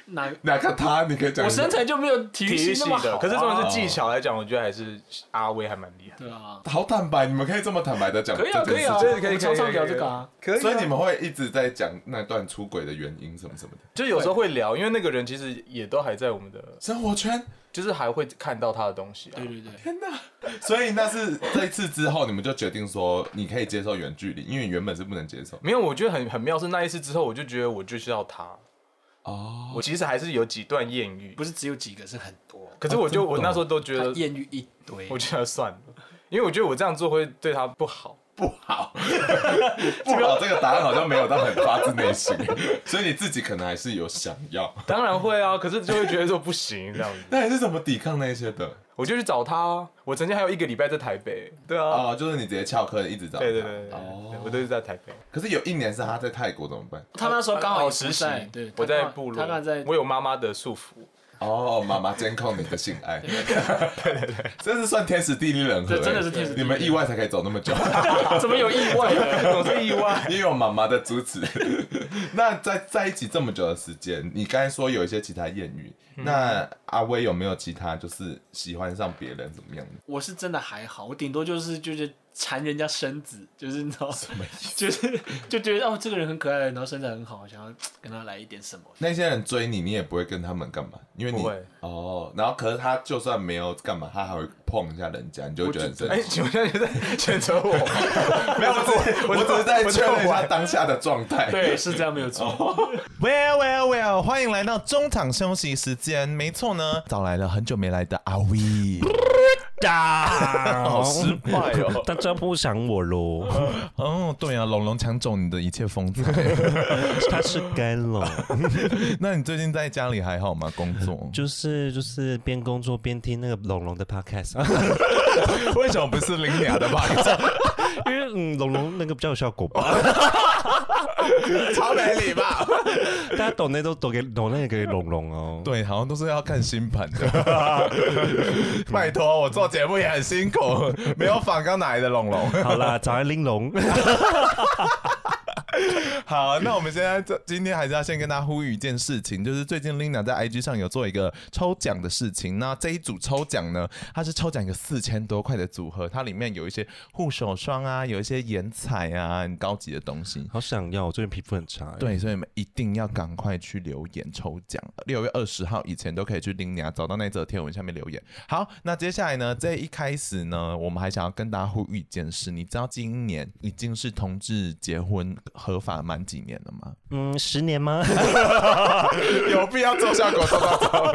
[SPEAKER 2] 哪
[SPEAKER 1] 哪个他？你可以讲一
[SPEAKER 2] 我
[SPEAKER 1] 下。
[SPEAKER 2] 身材就没有体育
[SPEAKER 3] 体育
[SPEAKER 2] 系那
[SPEAKER 3] 系
[SPEAKER 2] 么好
[SPEAKER 3] 的。
[SPEAKER 2] 啊。
[SPEAKER 3] 可是重点是技巧来讲，我觉得还是阿威还蛮厉害。
[SPEAKER 2] 对啊，
[SPEAKER 1] 好坦白，你们可以这么坦白的讲
[SPEAKER 2] 可以啊
[SPEAKER 1] 这件事情
[SPEAKER 2] 可以啊我们常常
[SPEAKER 3] 可以
[SPEAKER 2] 聊这个啊
[SPEAKER 3] 可以啊
[SPEAKER 1] 所以你们会一直在讲那段出轨的原因什么什么的，
[SPEAKER 3] 就有时候会聊，因为那个人其实也都还在我们的，
[SPEAKER 1] 生活圈。
[SPEAKER 3] 就是还会看到他的东西啊
[SPEAKER 2] 对。对对，
[SPEAKER 1] 所以那是这一次之后，你们就决定说你可以接受远距离，因为你原本是不能接受。
[SPEAKER 3] 没有，我觉得很很妙是那一次之后，我就觉得我就是要他。
[SPEAKER 1] 哦，
[SPEAKER 3] 我其实还是有几段艳遇，
[SPEAKER 2] 不是只有几个，是很多。
[SPEAKER 3] 可是我就
[SPEAKER 1] 啊真的哦
[SPEAKER 3] 我那时候都觉
[SPEAKER 2] 他
[SPEAKER 3] 得，
[SPEAKER 2] 艳遇一堆，
[SPEAKER 3] 我觉得算了，因为我觉得我这样做会对他不好。
[SPEAKER 1] 不好， *laughs* 不好，这个答案好像没有到很发自内心， *laughs* 所以你自己可能还是有想要。
[SPEAKER 3] 当然会啊，可是就会觉得说不行这样
[SPEAKER 1] *laughs*
[SPEAKER 3] 子，
[SPEAKER 1] 那你是怎么抵抗那些的？
[SPEAKER 3] 我就去找他啊。我曾经还有一个礼拜在台北，对啊，
[SPEAKER 1] 哦，就是你直接翘课一直找他。
[SPEAKER 3] 对对对对对
[SPEAKER 1] 哦，
[SPEAKER 3] 我都是在台北。
[SPEAKER 1] 可是有一年是他在泰国怎么办？
[SPEAKER 2] 他那时候刚好也
[SPEAKER 3] 哦
[SPEAKER 2] 不
[SPEAKER 3] 实习
[SPEAKER 2] 在，对，他
[SPEAKER 3] 我在
[SPEAKER 2] 刚好
[SPEAKER 3] 部落，
[SPEAKER 2] 他刚好在
[SPEAKER 3] 我有妈妈的束缚，
[SPEAKER 1] 哦，妈妈监控你的性爱，对对对，这是算天时地利人和、欸
[SPEAKER 2] 这真的是天时地利
[SPEAKER 1] 你们意外才可以走那么久，
[SPEAKER 2] 怎么有意外呢？
[SPEAKER 3] 总是意外。
[SPEAKER 1] 因为有妈妈的支持。 *laughs* 那在在一起这么久的时间，你刚才说有一些其他艳遇，那阿威有没有其他就是喜欢上别人怎么样的？
[SPEAKER 2] 我是真的还好，我顶多就是就是缠人家身子，就是你知道，就是就觉得哦这个人很可爱，然后身材很好，想要跟他来一点什么。
[SPEAKER 1] 那些人追你，你也不会跟他们干嘛，因为你
[SPEAKER 3] 不会
[SPEAKER 1] 哦，然后可是他就算没有干嘛，他还会碰一下人家，你就会觉得很生
[SPEAKER 3] 哎、 *laughs*
[SPEAKER 1] 气。
[SPEAKER 3] 请问现在在谴责 *laughs* 我？
[SPEAKER 1] 没有，我只我只是在确认一下当下的状态。
[SPEAKER 2] 对，是这样没有错。
[SPEAKER 1] *laughs* Well, well, well！欢迎来到中场休息时间。没错呢，找来了很久没来的阿威。 *laughs*
[SPEAKER 4] 大，
[SPEAKER 1] 好失败哦
[SPEAKER 4] *laughs* 大家不想我喽，
[SPEAKER 1] 哦，对啊，龙龙抢走你的一切风采。
[SPEAKER 4] *laughs* 他是该了，
[SPEAKER 1] *laughs* 那你最近在家里还好吗？工作？ *laughs*
[SPEAKER 4] 就是就是边工作边听那个龙龙的 podcast， *laughs*
[SPEAKER 1] 为什么不是林雅的吧？
[SPEAKER 4] 因为嗯龙龙那个比较有效果吧，
[SPEAKER 1] *laughs* 超没礼貌。 *laughs*
[SPEAKER 4] 大家懂那都懂给懂那个给龙龙哦。
[SPEAKER 1] 对，好像都是要看新 *laughs* 盘的。拜托，我做节目也很辛苦，没有仿刚哪来的龙龙？
[SPEAKER 4] 好啦，早安玲珑，
[SPEAKER 1] 好，那我们现在这今天还是要先跟大家呼吁一件事情，就是最近 Lina 在 IG 上有做一个抽奖的事情。那这一组抽奖呢，它是抽奖一个四千多块的组合，它里面有一些护手霜啊，有一些眼彩啊，很高级的东西。
[SPEAKER 4] 好想要，我最近皮肤很差。，欸
[SPEAKER 1] 对，所以你们一定要赶快去留言抽奖，六月二十号以前都可以去拎牙，找到那则贴文下面留言。好，那接下来呢，这一开始呢，我们还想要跟大家呼吁一件事，你知道今年已经是同志结婚合法满几年了吗？
[SPEAKER 4] 嗯，十年吗？
[SPEAKER 1] *laughs* 有必要做效果做到头？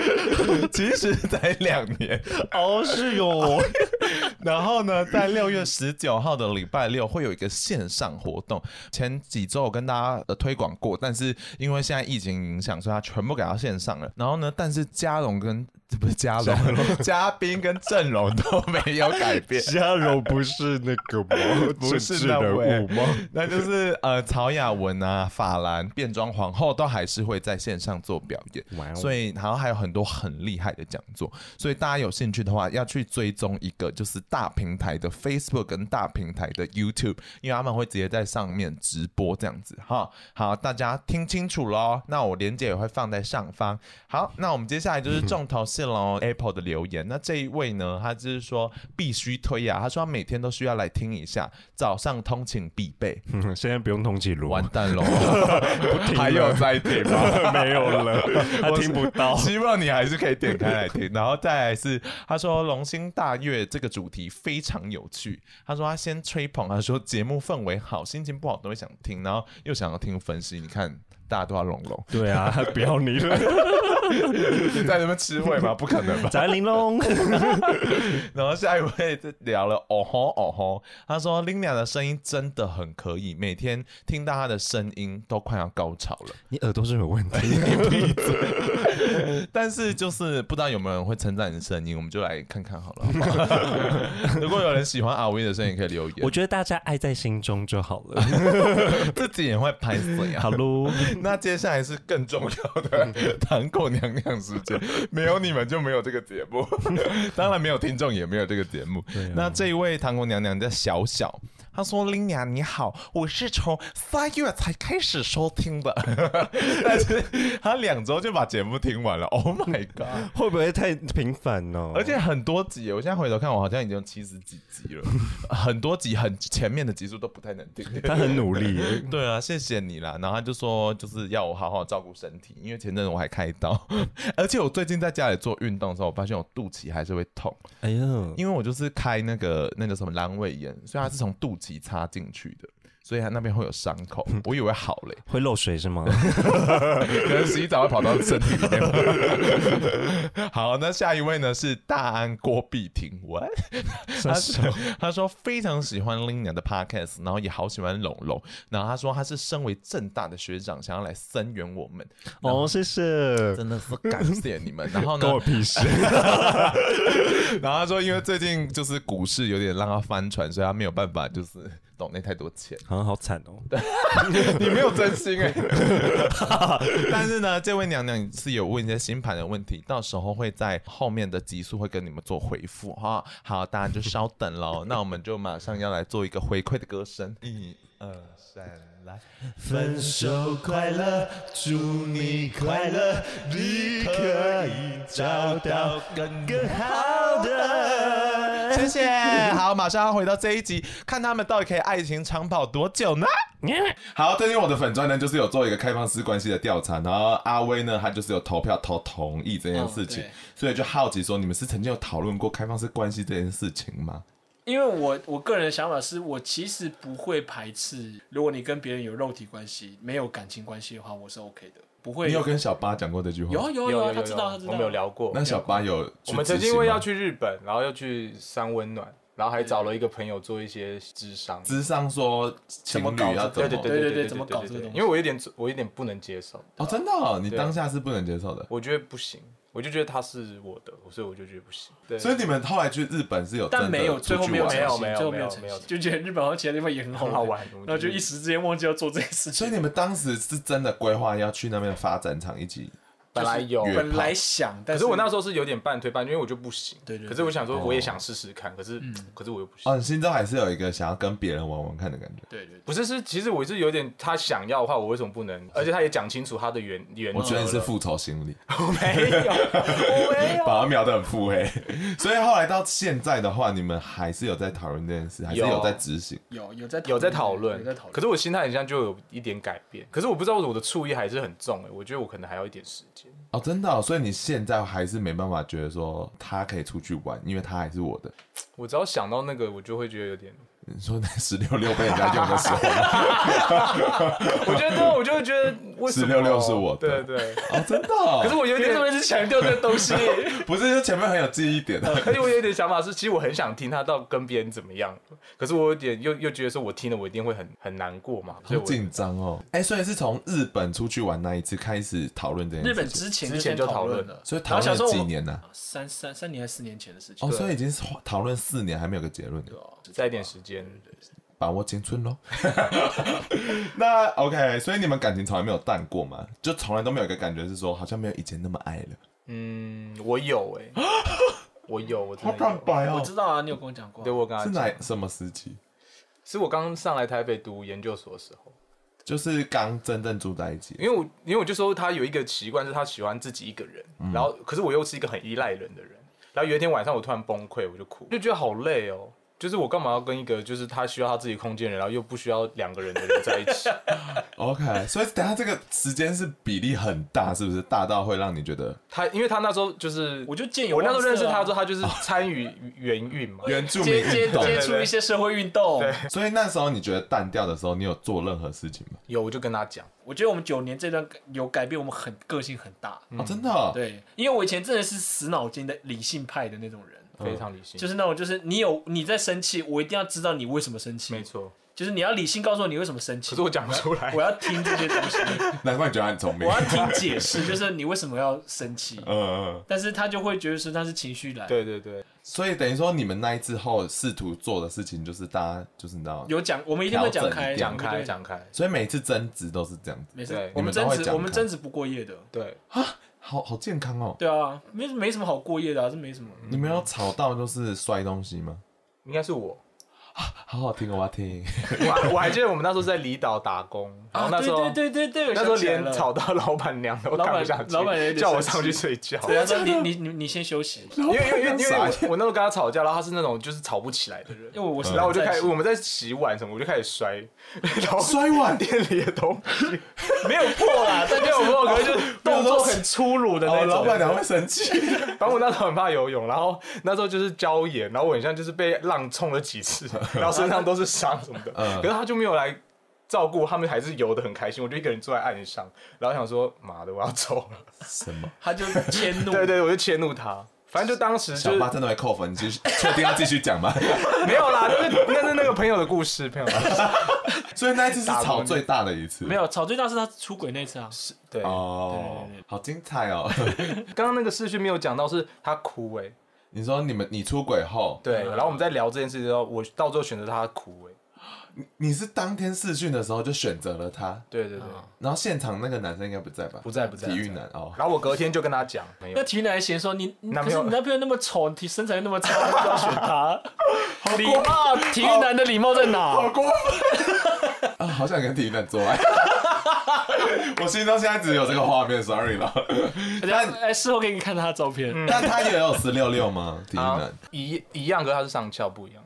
[SPEAKER 1] *laughs* 其实才两年。
[SPEAKER 4] 哦，是 *laughs* 哟，
[SPEAKER 1] *laughs* 然后呢，在六月十九号的礼拜六会有一个线上活动。前几周我跟大家、呃、推广过，但是因为现在疫情影响，所以它全部改到线上了。然后呢，但是嘉荣跟呃不是嘉荣， *laughs* 嘉宾跟阵容都没有改
[SPEAKER 4] *laughs*
[SPEAKER 1] 变。
[SPEAKER 4] 嘉荣不是那个吗？
[SPEAKER 1] *laughs* 不是那位？那就是呃，曹雅文啊、法兰、变装皇后都还是会在线上做表演
[SPEAKER 4] 哇哦
[SPEAKER 1] 所以然后还有很多很厉害的讲座，所以大家有兴趣的话，要去追踪一个就是大平台的 Facebook 跟大平台的 YouTube，因为他们会直接在上面直播这样子哈。好，大家听清楚喽，那我连接也会放在上方。好，那我们接下来就是重头戏。谢喽 Apple 的留言。那这一位呢，他就是说必须推啊，他说他每天都需要来听一下，早上通勤必备。
[SPEAKER 4] 嗯现在不用通气炉，
[SPEAKER 1] 完蛋喽，
[SPEAKER 4] 听了
[SPEAKER 1] 还有在听吗？。
[SPEAKER 4] *laughs* 没有了，他听不到
[SPEAKER 1] 希望你还是可以点开来听。然 *laughs* 后再来是他说《龙兴大悦》这个主题非常有趣，他说他先吹捧，他说节目氛围好，心情不好都会想听，然后又想要听分析。你看大家都要龙 *laughs* 龙
[SPEAKER 4] 对啊，不要你了，
[SPEAKER 1] 在那边吃会吗？不可能
[SPEAKER 4] *laughs*
[SPEAKER 1] *laughs* 吧。
[SPEAKER 4] 宅玲珑。
[SPEAKER 1] 然后下一位聊了哦吼哦吼，他说 Lina 的声音真的很可以，每天听到她的声音都快要高潮了。
[SPEAKER 4] 你耳朵是不是有问题，
[SPEAKER 1] 但是就是不知道有没有人会称赞你的声音，我们就来看看好了好不好。 *laughs* 如果有人喜欢阿威的声音，可以留言。
[SPEAKER 4] *laughs* 我觉得大家爱在心中就好了。 *laughs*
[SPEAKER 1] 自己也会拍水啊
[SPEAKER 4] 好。喽，
[SPEAKER 1] 那接下来是更重要的糖果娘娘时间，没有你们就没有这个节目，当然没有听众也没有这个节目。那这一位糖果娘娘叫小小，她说：“林娘你好，我是从三月才开始收听的， *laughs* 但是她两周就把节目听完了。Oh my
[SPEAKER 4] *laughs*
[SPEAKER 1] god！”
[SPEAKER 4] 会不会太频繁哦？
[SPEAKER 1] 而且很多集，我现在回头看，我好像已经有七十几集了，很多集很前面的集数都不太能听。
[SPEAKER 4] 他很努力
[SPEAKER 1] *laughs*
[SPEAKER 4] 耶， *laughs*
[SPEAKER 1] 对啊，谢谢你啦。然后他就说，就是要我好好照顾身体，因为前阵子我还开刀， *laughs* 而且我最近在家里做运动的时候，我发现我肚脐还是会痛，
[SPEAKER 4] 哎呦，
[SPEAKER 1] 因为我就是开那个那个什么阑尾炎，所以它是从肚脐插进去的，所以它那边会有伤口。我以为好嘞，
[SPEAKER 4] 会漏水是吗？
[SPEAKER 1] 可能洗澡会跑到身体里面。好，那下一位呢是大安郭碧婷，我
[SPEAKER 4] 杀
[SPEAKER 1] 他
[SPEAKER 4] 手
[SPEAKER 1] 说他说非常喜欢 Lina 的 podcast，然后也好喜欢龙龙，然后他说他是身为正大的学长，想要来增援我们，
[SPEAKER 4] *laughs* 哦，谢谢，
[SPEAKER 1] 真的是感谢你们。然后呢
[SPEAKER 4] 关，我屁事。
[SPEAKER 1] 然后他说因为最近就是股市有点让他翻船，所以他没有办法就是懂那太多钱。
[SPEAKER 4] *laughs* 好像好惨哦，
[SPEAKER 1] *laughs* 你没有真心哎、但是呢，这位娘娘是有问一些星盘的问题，到时候会在后面的集数会跟你们做回复哈。好，大家就稍等喽。那我们就马上要来做一个回馈的歌声，一二三，来，
[SPEAKER 4] 分手快乐，祝你快乐，你
[SPEAKER 1] 可以找到
[SPEAKER 4] 更更好的。
[SPEAKER 1] *laughs* 谢谢。好，马上要回到这一集，看他们到底可以爱情长跑多久呢？ *laughs* 好，最近我的粉专呢，就是有做一个开放式关系的调查，然后阿威呢，他就是有投票投同意这件事情，
[SPEAKER 2] 哦对
[SPEAKER 1] 所以就好奇说，你们是曾经有讨论过开放式关系这件事情吗？
[SPEAKER 2] 因为我我个人的想法是我其实不会排斥，如果你跟别人有肉体关系，没有感情关系的话，我是 OK 的，不会
[SPEAKER 1] 你有跟小八讲过这句话？
[SPEAKER 2] 有啊有啊有啊，他知道他知
[SPEAKER 3] 我
[SPEAKER 2] 道，
[SPEAKER 3] 们有聊过。
[SPEAKER 1] 那小八有去
[SPEAKER 3] 我们曾
[SPEAKER 1] 执
[SPEAKER 3] 经
[SPEAKER 1] 行
[SPEAKER 3] 因为
[SPEAKER 1] 吗
[SPEAKER 3] 要去日本，然后要去三温暖，然后还找了一个朋友做一些智商。
[SPEAKER 1] 智商说情
[SPEAKER 3] 么
[SPEAKER 1] 侣
[SPEAKER 3] 搞
[SPEAKER 1] 要
[SPEAKER 3] 这
[SPEAKER 1] 怎
[SPEAKER 3] 对
[SPEAKER 1] 么？
[SPEAKER 3] 对
[SPEAKER 2] 对对
[SPEAKER 3] 对
[SPEAKER 2] 对
[SPEAKER 3] 对，
[SPEAKER 2] 怎么搞这个东西
[SPEAKER 3] 因为我有点我有点不能接受，
[SPEAKER 1] 哦，真的哦，你
[SPEAKER 3] 对
[SPEAKER 1] 当下是不能接受的。
[SPEAKER 3] 我觉得不行，我就觉得他是我的，所以我就觉得不行。对，
[SPEAKER 1] 所以你们后来去日本是有真的
[SPEAKER 2] 但没有最后
[SPEAKER 1] 出去
[SPEAKER 2] 没有
[SPEAKER 1] 玩
[SPEAKER 2] 成
[SPEAKER 3] 没有
[SPEAKER 2] 型，
[SPEAKER 3] 没有
[SPEAKER 2] 最后没
[SPEAKER 3] 没有
[SPEAKER 2] 成
[SPEAKER 3] 没有
[SPEAKER 2] 型，就觉得日本好像其他地方也很好
[SPEAKER 3] 很好玩我觉得
[SPEAKER 2] 然后就一时之间忘记要做这件事
[SPEAKER 1] 所以
[SPEAKER 2] 情。
[SPEAKER 1] 你们当时是真的规划要去那边的发展场一起
[SPEAKER 3] 本来有，
[SPEAKER 1] 就是约
[SPEAKER 2] 本来想，但
[SPEAKER 3] 可
[SPEAKER 2] 是
[SPEAKER 3] 是我那时候是有点半推半就，因为我就不行。
[SPEAKER 2] 对对哦嗯对
[SPEAKER 3] 可是我想说，我也想试试看，可是可是我又不行
[SPEAKER 1] 哦，。你心中还是有一个想要跟别人玩玩看的感觉。
[SPEAKER 2] 对对对
[SPEAKER 3] 不是，是其实我是有点他想要的话，我为什么不
[SPEAKER 2] 嗯
[SPEAKER 3] 能？而且他也讲清楚他的原原则
[SPEAKER 1] 我
[SPEAKER 3] 了。
[SPEAKER 1] 觉得你是复仇心理，
[SPEAKER 3] 我 *laughs* 没有，我没
[SPEAKER 2] 哎
[SPEAKER 3] 有。
[SPEAKER 1] 把它描得很腹黑。 *laughs* 所以后来到现在的话，你们还是有在讨论这件事，还是
[SPEAKER 3] 有
[SPEAKER 1] 有在执行。
[SPEAKER 2] 有有在
[SPEAKER 3] 有在讨
[SPEAKER 2] *laughs* 有
[SPEAKER 3] 论
[SPEAKER 2] 在讨，
[SPEAKER 3] 可
[SPEAKER 2] 论。
[SPEAKER 3] 是我心态很像就有一点改变，可是我不知道为什么我的醋意还是很重哎、我觉得我可能还要一点时间。
[SPEAKER 1] 哦，真的哦、所以你现在还是没办法觉得说他可以出去玩，因为他还是我的。
[SPEAKER 3] 我只要想到那个，我就会觉得
[SPEAKER 1] *laughs*
[SPEAKER 3] 有点，
[SPEAKER 1] 你说那十六六被人家用的时候，
[SPEAKER 2] *laughs*
[SPEAKER 3] 我觉得对啊，我就会觉得为什么
[SPEAKER 1] 16是我的
[SPEAKER 3] 对对，
[SPEAKER 1] 哦，真的哦、
[SPEAKER 2] *laughs*
[SPEAKER 3] 可是我有
[SPEAKER 2] 你为
[SPEAKER 3] 点
[SPEAKER 2] 什，么一直强调这个东
[SPEAKER 1] *laughs*
[SPEAKER 2] 西？
[SPEAKER 1] 不是就前面很有记忆点
[SPEAKER 3] *laughs*
[SPEAKER 1] 的。
[SPEAKER 3] 而且我有点想法是，其实我很想听他到跟别人怎么样，可是我有点又又觉得说我听了我一定会很很难过嘛，所
[SPEAKER 1] 好
[SPEAKER 3] 以我
[SPEAKER 1] 紧张哦！哎、所以是从日本出去玩那一次开始讨论这件事
[SPEAKER 2] 日
[SPEAKER 1] 情。
[SPEAKER 2] 本之前
[SPEAKER 3] 之前
[SPEAKER 2] 就
[SPEAKER 3] 就
[SPEAKER 2] 先讨
[SPEAKER 3] 讨论
[SPEAKER 2] 了，
[SPEAKER 1] 所以
[SPEAKER 2] 然
[SPEAKER 1] 讨
[SPEAKER 2] 后
[SPEAKER 1] 论
[SPEAKER 2] 想说
[SPEAKER 1] 了
[SPEAKER 2] 我
[SPEAKER 1] 几
[SPEAKER 2] 们
[SPEAKER 1] 年呢、
[SPEAKER 2] 三三三年还是四年前的事情
[SPEAKER 1] 哦，，所以已经是讨论四年还没有个结论，
[SPEAKER 2] *laughs* 对啊
[SPEAKER 3] 再一点时间，
[SPEAKER 1] 把握青春喽。 *laughs* 那 OK，所以你们感情从来没有淡过吗？就从来都没有一个感觉是说好像没有以前那么爱了，
[SPEAKER 3] 嗯，我
[SPEAKER 1] *gasps*
[SPEAKER 3] 有哎、我有，我真的有
[SPEAKER 2] 我知道啊，你有跟我讲过
[SPEAKER 3] 对
[SPEAKER 2] 啊，
[SPEAKER 3] 我跟他
[SPEAKER 1] 哦是
[SPEAKER 3] 讲
[SPEAKER 1] 哪，什么时期？
[SPEAKER 3] 是我刚上来台北读研究所的时候，
[SPEAKER 1] 就是刚真正住在一
[SPEAKER 2] *laughs*
[SPEAKER 1] 起，
[SPEAKER 3] 因为我因为我就说他有一个习惯，就是他喜欢自己一个人，
[SPEAKER 1] 嗯
[SPEAKER 3] 然后可是我又是一个很依赖人的人，然后有一天晚上我突然崩溃，我就哭，就觉得好累哦。就是我干嘛要跟一个就是他需要他自己空间的人，然后又不需要两个人的人在一
[SPEAKER 1] *laughs*
[SPEAKER 3] 起？
[SPEAKER 1] OK，所以等下这个时间是比例很大，是不是大到会让你觉得
[SPEAKER 3] 他因为他那时候就是
[SPEAKER 2] 我就见有啊
[SPEAKER 3] 我那时候认识他之
[SPEAKER 2] 说
[SPEAKER 3] 后，他就是参与原运嘛，
[SPEAKER 1] 原住民
[SPEAKER 2] 接接
[SPEAKER 1] 运动？
[SPEAKER 2] 接触一些社会运动。
[SPEAKER 1] 所以那时候你觉得淡掉的时候，你有做任何事情吗？
[SPEAKER 3] 有我就跟他讲，
[SPEAKER 2] 我觉得我们九年这段有改变我们很个性很大。
[SPEAKER 3] 嗯
[SPEAKER 1] 哦，真的、哦，
[SPEAKER 2] 嗯对，因为我以前真的是死脑筋的理性派的那种人，
[SPEAKER 3] 非常理性，
[SPEAKER 2] 嗯就是那种就是你有你在生气，我一定要知道你为什么生
[SPEAKER 3] 没
[SPEAKER 2] 气，
[SPEAKER 3] 错。
[SPEAKER 2] 就是你要理性告诉我你为什么生气
[SPEAKER 3] 可是。我讲不
[SPEAKER 2] *laughs*
[SPEAKER 3] 出来
[SPEAKER 2] 我，要听这些东
[SPEAKER 3] *laughs*
[SPEAKER 2] 西，
[SPEAKER 1] 难怪你觉得很聪明
[SPEAKER 2] 我。要听解释，就是你为什么要生气。
[SPEAKER 1] 嗯嗯，
[SPEAKER 2] 但是他就会觉得说他是情绪来，
[SPEAKER 3] 对对对，
[SPEAKER 1] 所以等于说你们那一之后试图做的事情，就是大家就是你知道，
[SPEAKER 2] 有讲我们一定会讲开，
[SPEAKER 1] 调整
[SPEAKER 3] 讲开
[SPEAKER 2] 对，
[SPEAKER 3] 讲开，
[SPEAKER 1] 所以每次争执都是这样子，
[SPEAKER 2] 没
[SPEAKER 3] 对
[SPEAKER 2] 事，
[SPEAKER 1] 你
[SPEAKER 2] 我
[SPEAKER 1] 们
[SPEAKER 2] 们
[SPEAKER 1] 都
[SPEAKER 2] 争
[SPEAKER 1] 会
[SPEAKER 2] 执
[SPEAKER 1] 讲
[SPEAKER 2] 我们
[SPEAKER 1] 开
[SPEAKER 2] 争执不过夜的，
[SPEAKER 3] 对，
[SPEAKER 1] 好好健康哦。
[SPEAKER 2] 对啊，没没什么好过夜的啊，这没什么。
[SPEAKER 1] 你们有吵到就是摔东西吗？
[SPEAKER 3] 应该是我。
[SPEAKER 1] 好好听，我要听。
[SPEAKER 3] 我还我还记得我们那时候在离岛打工，然哦后那时候、
[SPEAKER 2] 啊对对对对对，
[SPEAKER 3] 那时候
[SPEAKER 2] 我想起来
[SPEAKER 3] 连
[SPEAKER 2] 了
[SPEAKER 3] 吵到老板娘都
[SPEAKER 2] 老
[SPEAKER 3] 看
[SPEAKER 2] 板
[SPEAKER 3] 不下去，
[SPEAKER 2] 老板有点
[SPEAKER 3] 叫我
[SPEAKER 2] 生气
[SPEAKER 3] 上去睡觉。
[SPEAKER 2] 对啊，说你你你你先休息，
[SPEAKER 3] 因为因为因为因为
[SPEAKER 1] 傻
[SPEAKER 3] 我
[SPEAKER 1] 眼
[SPEAKER 3] 我那时候跟他吵架，然后他是那种就是吵不起来的人，
[SPEAKER 2] 因为我是
[SPEAKER 3] 嗯然后我就开
[SPEAKER 2] 始
[SPEAKER 3] 始我们在洗碗什么，我就开始摔， *laughs* 然
[SPEAKER 2] 哦
[SPEAKER 3] 后
[SPEAKER 1] 摔
[SPEAKER 2] *laughs*
[SPEAKER 1] 碗
[SPEAKER 3] 店里的东 *laughs* 西，
[SPEAKER 2] 没有破啦，但
[SPEAKER 3] *laughs* 没有我可能就是动作很粗鲁的那
[SPEAKER 1] 哦，
[SPEAKER 3] 种。
[SPEAKER 1] 老板娘会生气。
[SPEAKER 3] 反正我那时候很怕游泳，然后那时候就是礁岩，然后我很像就是被浪冲了几 *laughs* 次，然后身上都是伤什么的。
[SPEAKER 1] 嗯
[SPEAKER 3] 可是他就没有来照顾，他们还是游的很开心。我就一个人坐在岸上，然后想说妈的我要走了。 *laughs*
[SPEAKER 1] 什么？
[SPEAKER 2] 他就迁怒，
[SPEAKER 3] 对对，我就迁怒他。反正就当时就
[SPEAKER 1] 小
[SPEAKER 3] 是
[SPEAKER 1] 八真的会扣分，你
[SPEAKER 2] *laughs*
[SPEAKER 1] 继续确定要继续讲吗？
[SPEAKER 3] 没有啦，那是那是那个朋友的故事，朋友的故事
[SPEAKER 1] 所以那一次是吵最大的一次。
[SPEAKER 2] 没有吵最大是他出轨那次啊，
[SPEAKER 3] *laughs* 对，
[SPEAKER 1] 哦
[SPEAKER 2] 对对，
[SPEAKER 1] 好精彩哦！ *laughs*
[SPEAKER 3] 刚刚那个视讯没有讲到是他哭哎、
[SPEAKER 1] 你说你们你出轨后，
[SPEAKER 3] 对，然后我们在聊这件事之后，我到最后选择他哭哎、
[SPEAKER 1] 你是当天试训的时候就选择了他，
[SPEAKER 3] 对对对，
[SPEAKER 1] 然后现场那个男生应该不在吧？
[SPEAKER 3] 不在不在
[SPEAKER 1] 体育男哦。
[SPEAKER 3] 然后我隔天就跟他讲，没有
[SPEAKER 2] 那。体育男还嫌说你，你
[SPEAKER 3] 男
[SPEAKER 2] 可
[SPEAKER 3] 朋
[SPEAKER 2] 是
[SPEAKER 3] 友
[SPEAKER 2] 你男朋友那么丑，体身材那么差，你要选
[SPEAKER 3] *laughs*
[SPEAKER 2] 他，礼
[SPEAKER 1] 过
[SPEAKER 2] 貌，体育男的礼貌在哪？
[SPEAKER 1] 过分啊！好想跟体育男做爱， *laughs* 我心中现在只有这个画面，sorry 了。但
[SPEAKER 2] 哎，事后给你看他的照片，
[SPEAKER 3] 嗯
[SPEAKER 1] 但他也有四六六吗？体育
[SPEAKER 3] 啊
[SPEAKER 1] 男，
[SPEAKER 3] 一一样，可是他是上翘不一样。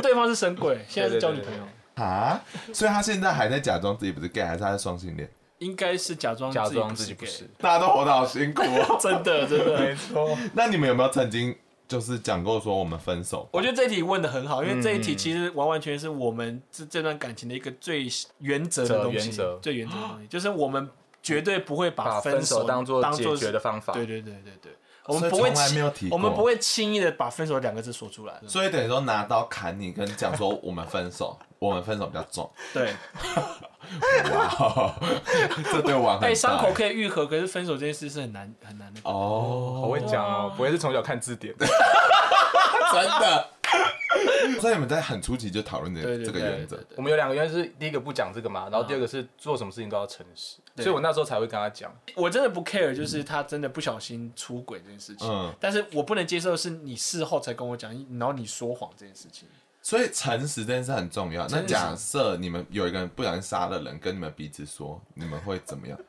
[SPEAKER 2] 对方是神鬼，现在是交女
[SPEAKER 3] 对对
[SPEAKER 2] 朋友，
[SPEAKER 1] 啊，所以他现在还在假装自己不是 gay，还是他是双性恋？
[SPEAKER 2] 应该是假装
[SPEAKER 3] 假装自己
[SPEAKER 2] 不
[SPEAKER 3] 不
[SPEAKER 2] 是
[SPEAKER 3] 是
[SPEAKER 2] gay，
[SPEAKER 1] 大家都活得好辛苦哦。
[SPEAKER 2] *laughs* 真的真的。
[SPEAKER 3] 错，
[SPEAKER 1] 那你们有没有曾经就是讲过说我们分手？
[SPEAKER 2] 我觉得这一题问的很好，因为这一题其实完完全全是我们这这段感情的一个最原则的东西，
[SPEAKER 3] 原则
[SPEAKER 2] 最原则的东西，就是我们绝对不会把
[SPEAKER 3] *laughs* 把
[SPEAKER 2] 分
[SPEAKER 3] 分手当
[SPEAKER 2] 做
[SPEAKER 3] 做解决的方法。
[SPEAKER 2] 对对对对对，我
[SPEAKER 1] 所以
[SPEAKER 2] 们不会
[SPEAKER 1] 从来
[SPEAKER 2] 轻
[SPEAKER 1] 没有提过
[SPEAKER 2] 我们不会轻易的把分手两个字说出来。
[SPEAKER 1] 所以等于说拿刀砍你，跟讲说我们分手，我们分手比较重。
[SPEAKER 2] 对，
[SPEAKER 1] 哇，这对网很大
[SPEAKER 2] 哎，伤口可以愈合，可是分手这件事是很难很难的。
[SPEAKER 1] 哦，
[SPEAKER 3] 好会讲哦，不会是从小看字典的。
[SPEAKER 1] 真的。所以你们在很初期就讨论这
[SPEAKER 2] 对对
[SPEAKER 1] 这个
[SPEAKER 2] 对
[SPEAKER 1] 原则
[SPEAKER 2] 对，对
[SPEAKER 3] 我们有两个原因是第一个不讲这个嘛，然后第二个是做什么事情都要诚实，所以我那时候才会跟他讲。
[SPEAKER 2] 我真的不 care，就是他真的不小心出轨这件事情。
[SPEAKER 1] 嗯
[SPEAKER 2] 但是我不能接受的是你事后才跟我讲，然后你说谎这件事情。
[SPEAKER 1] 所以诚实这件事很重要。那假设你们有一个人不小心杀了人，跟你们彼此说，你们会怎么样？ *laughs*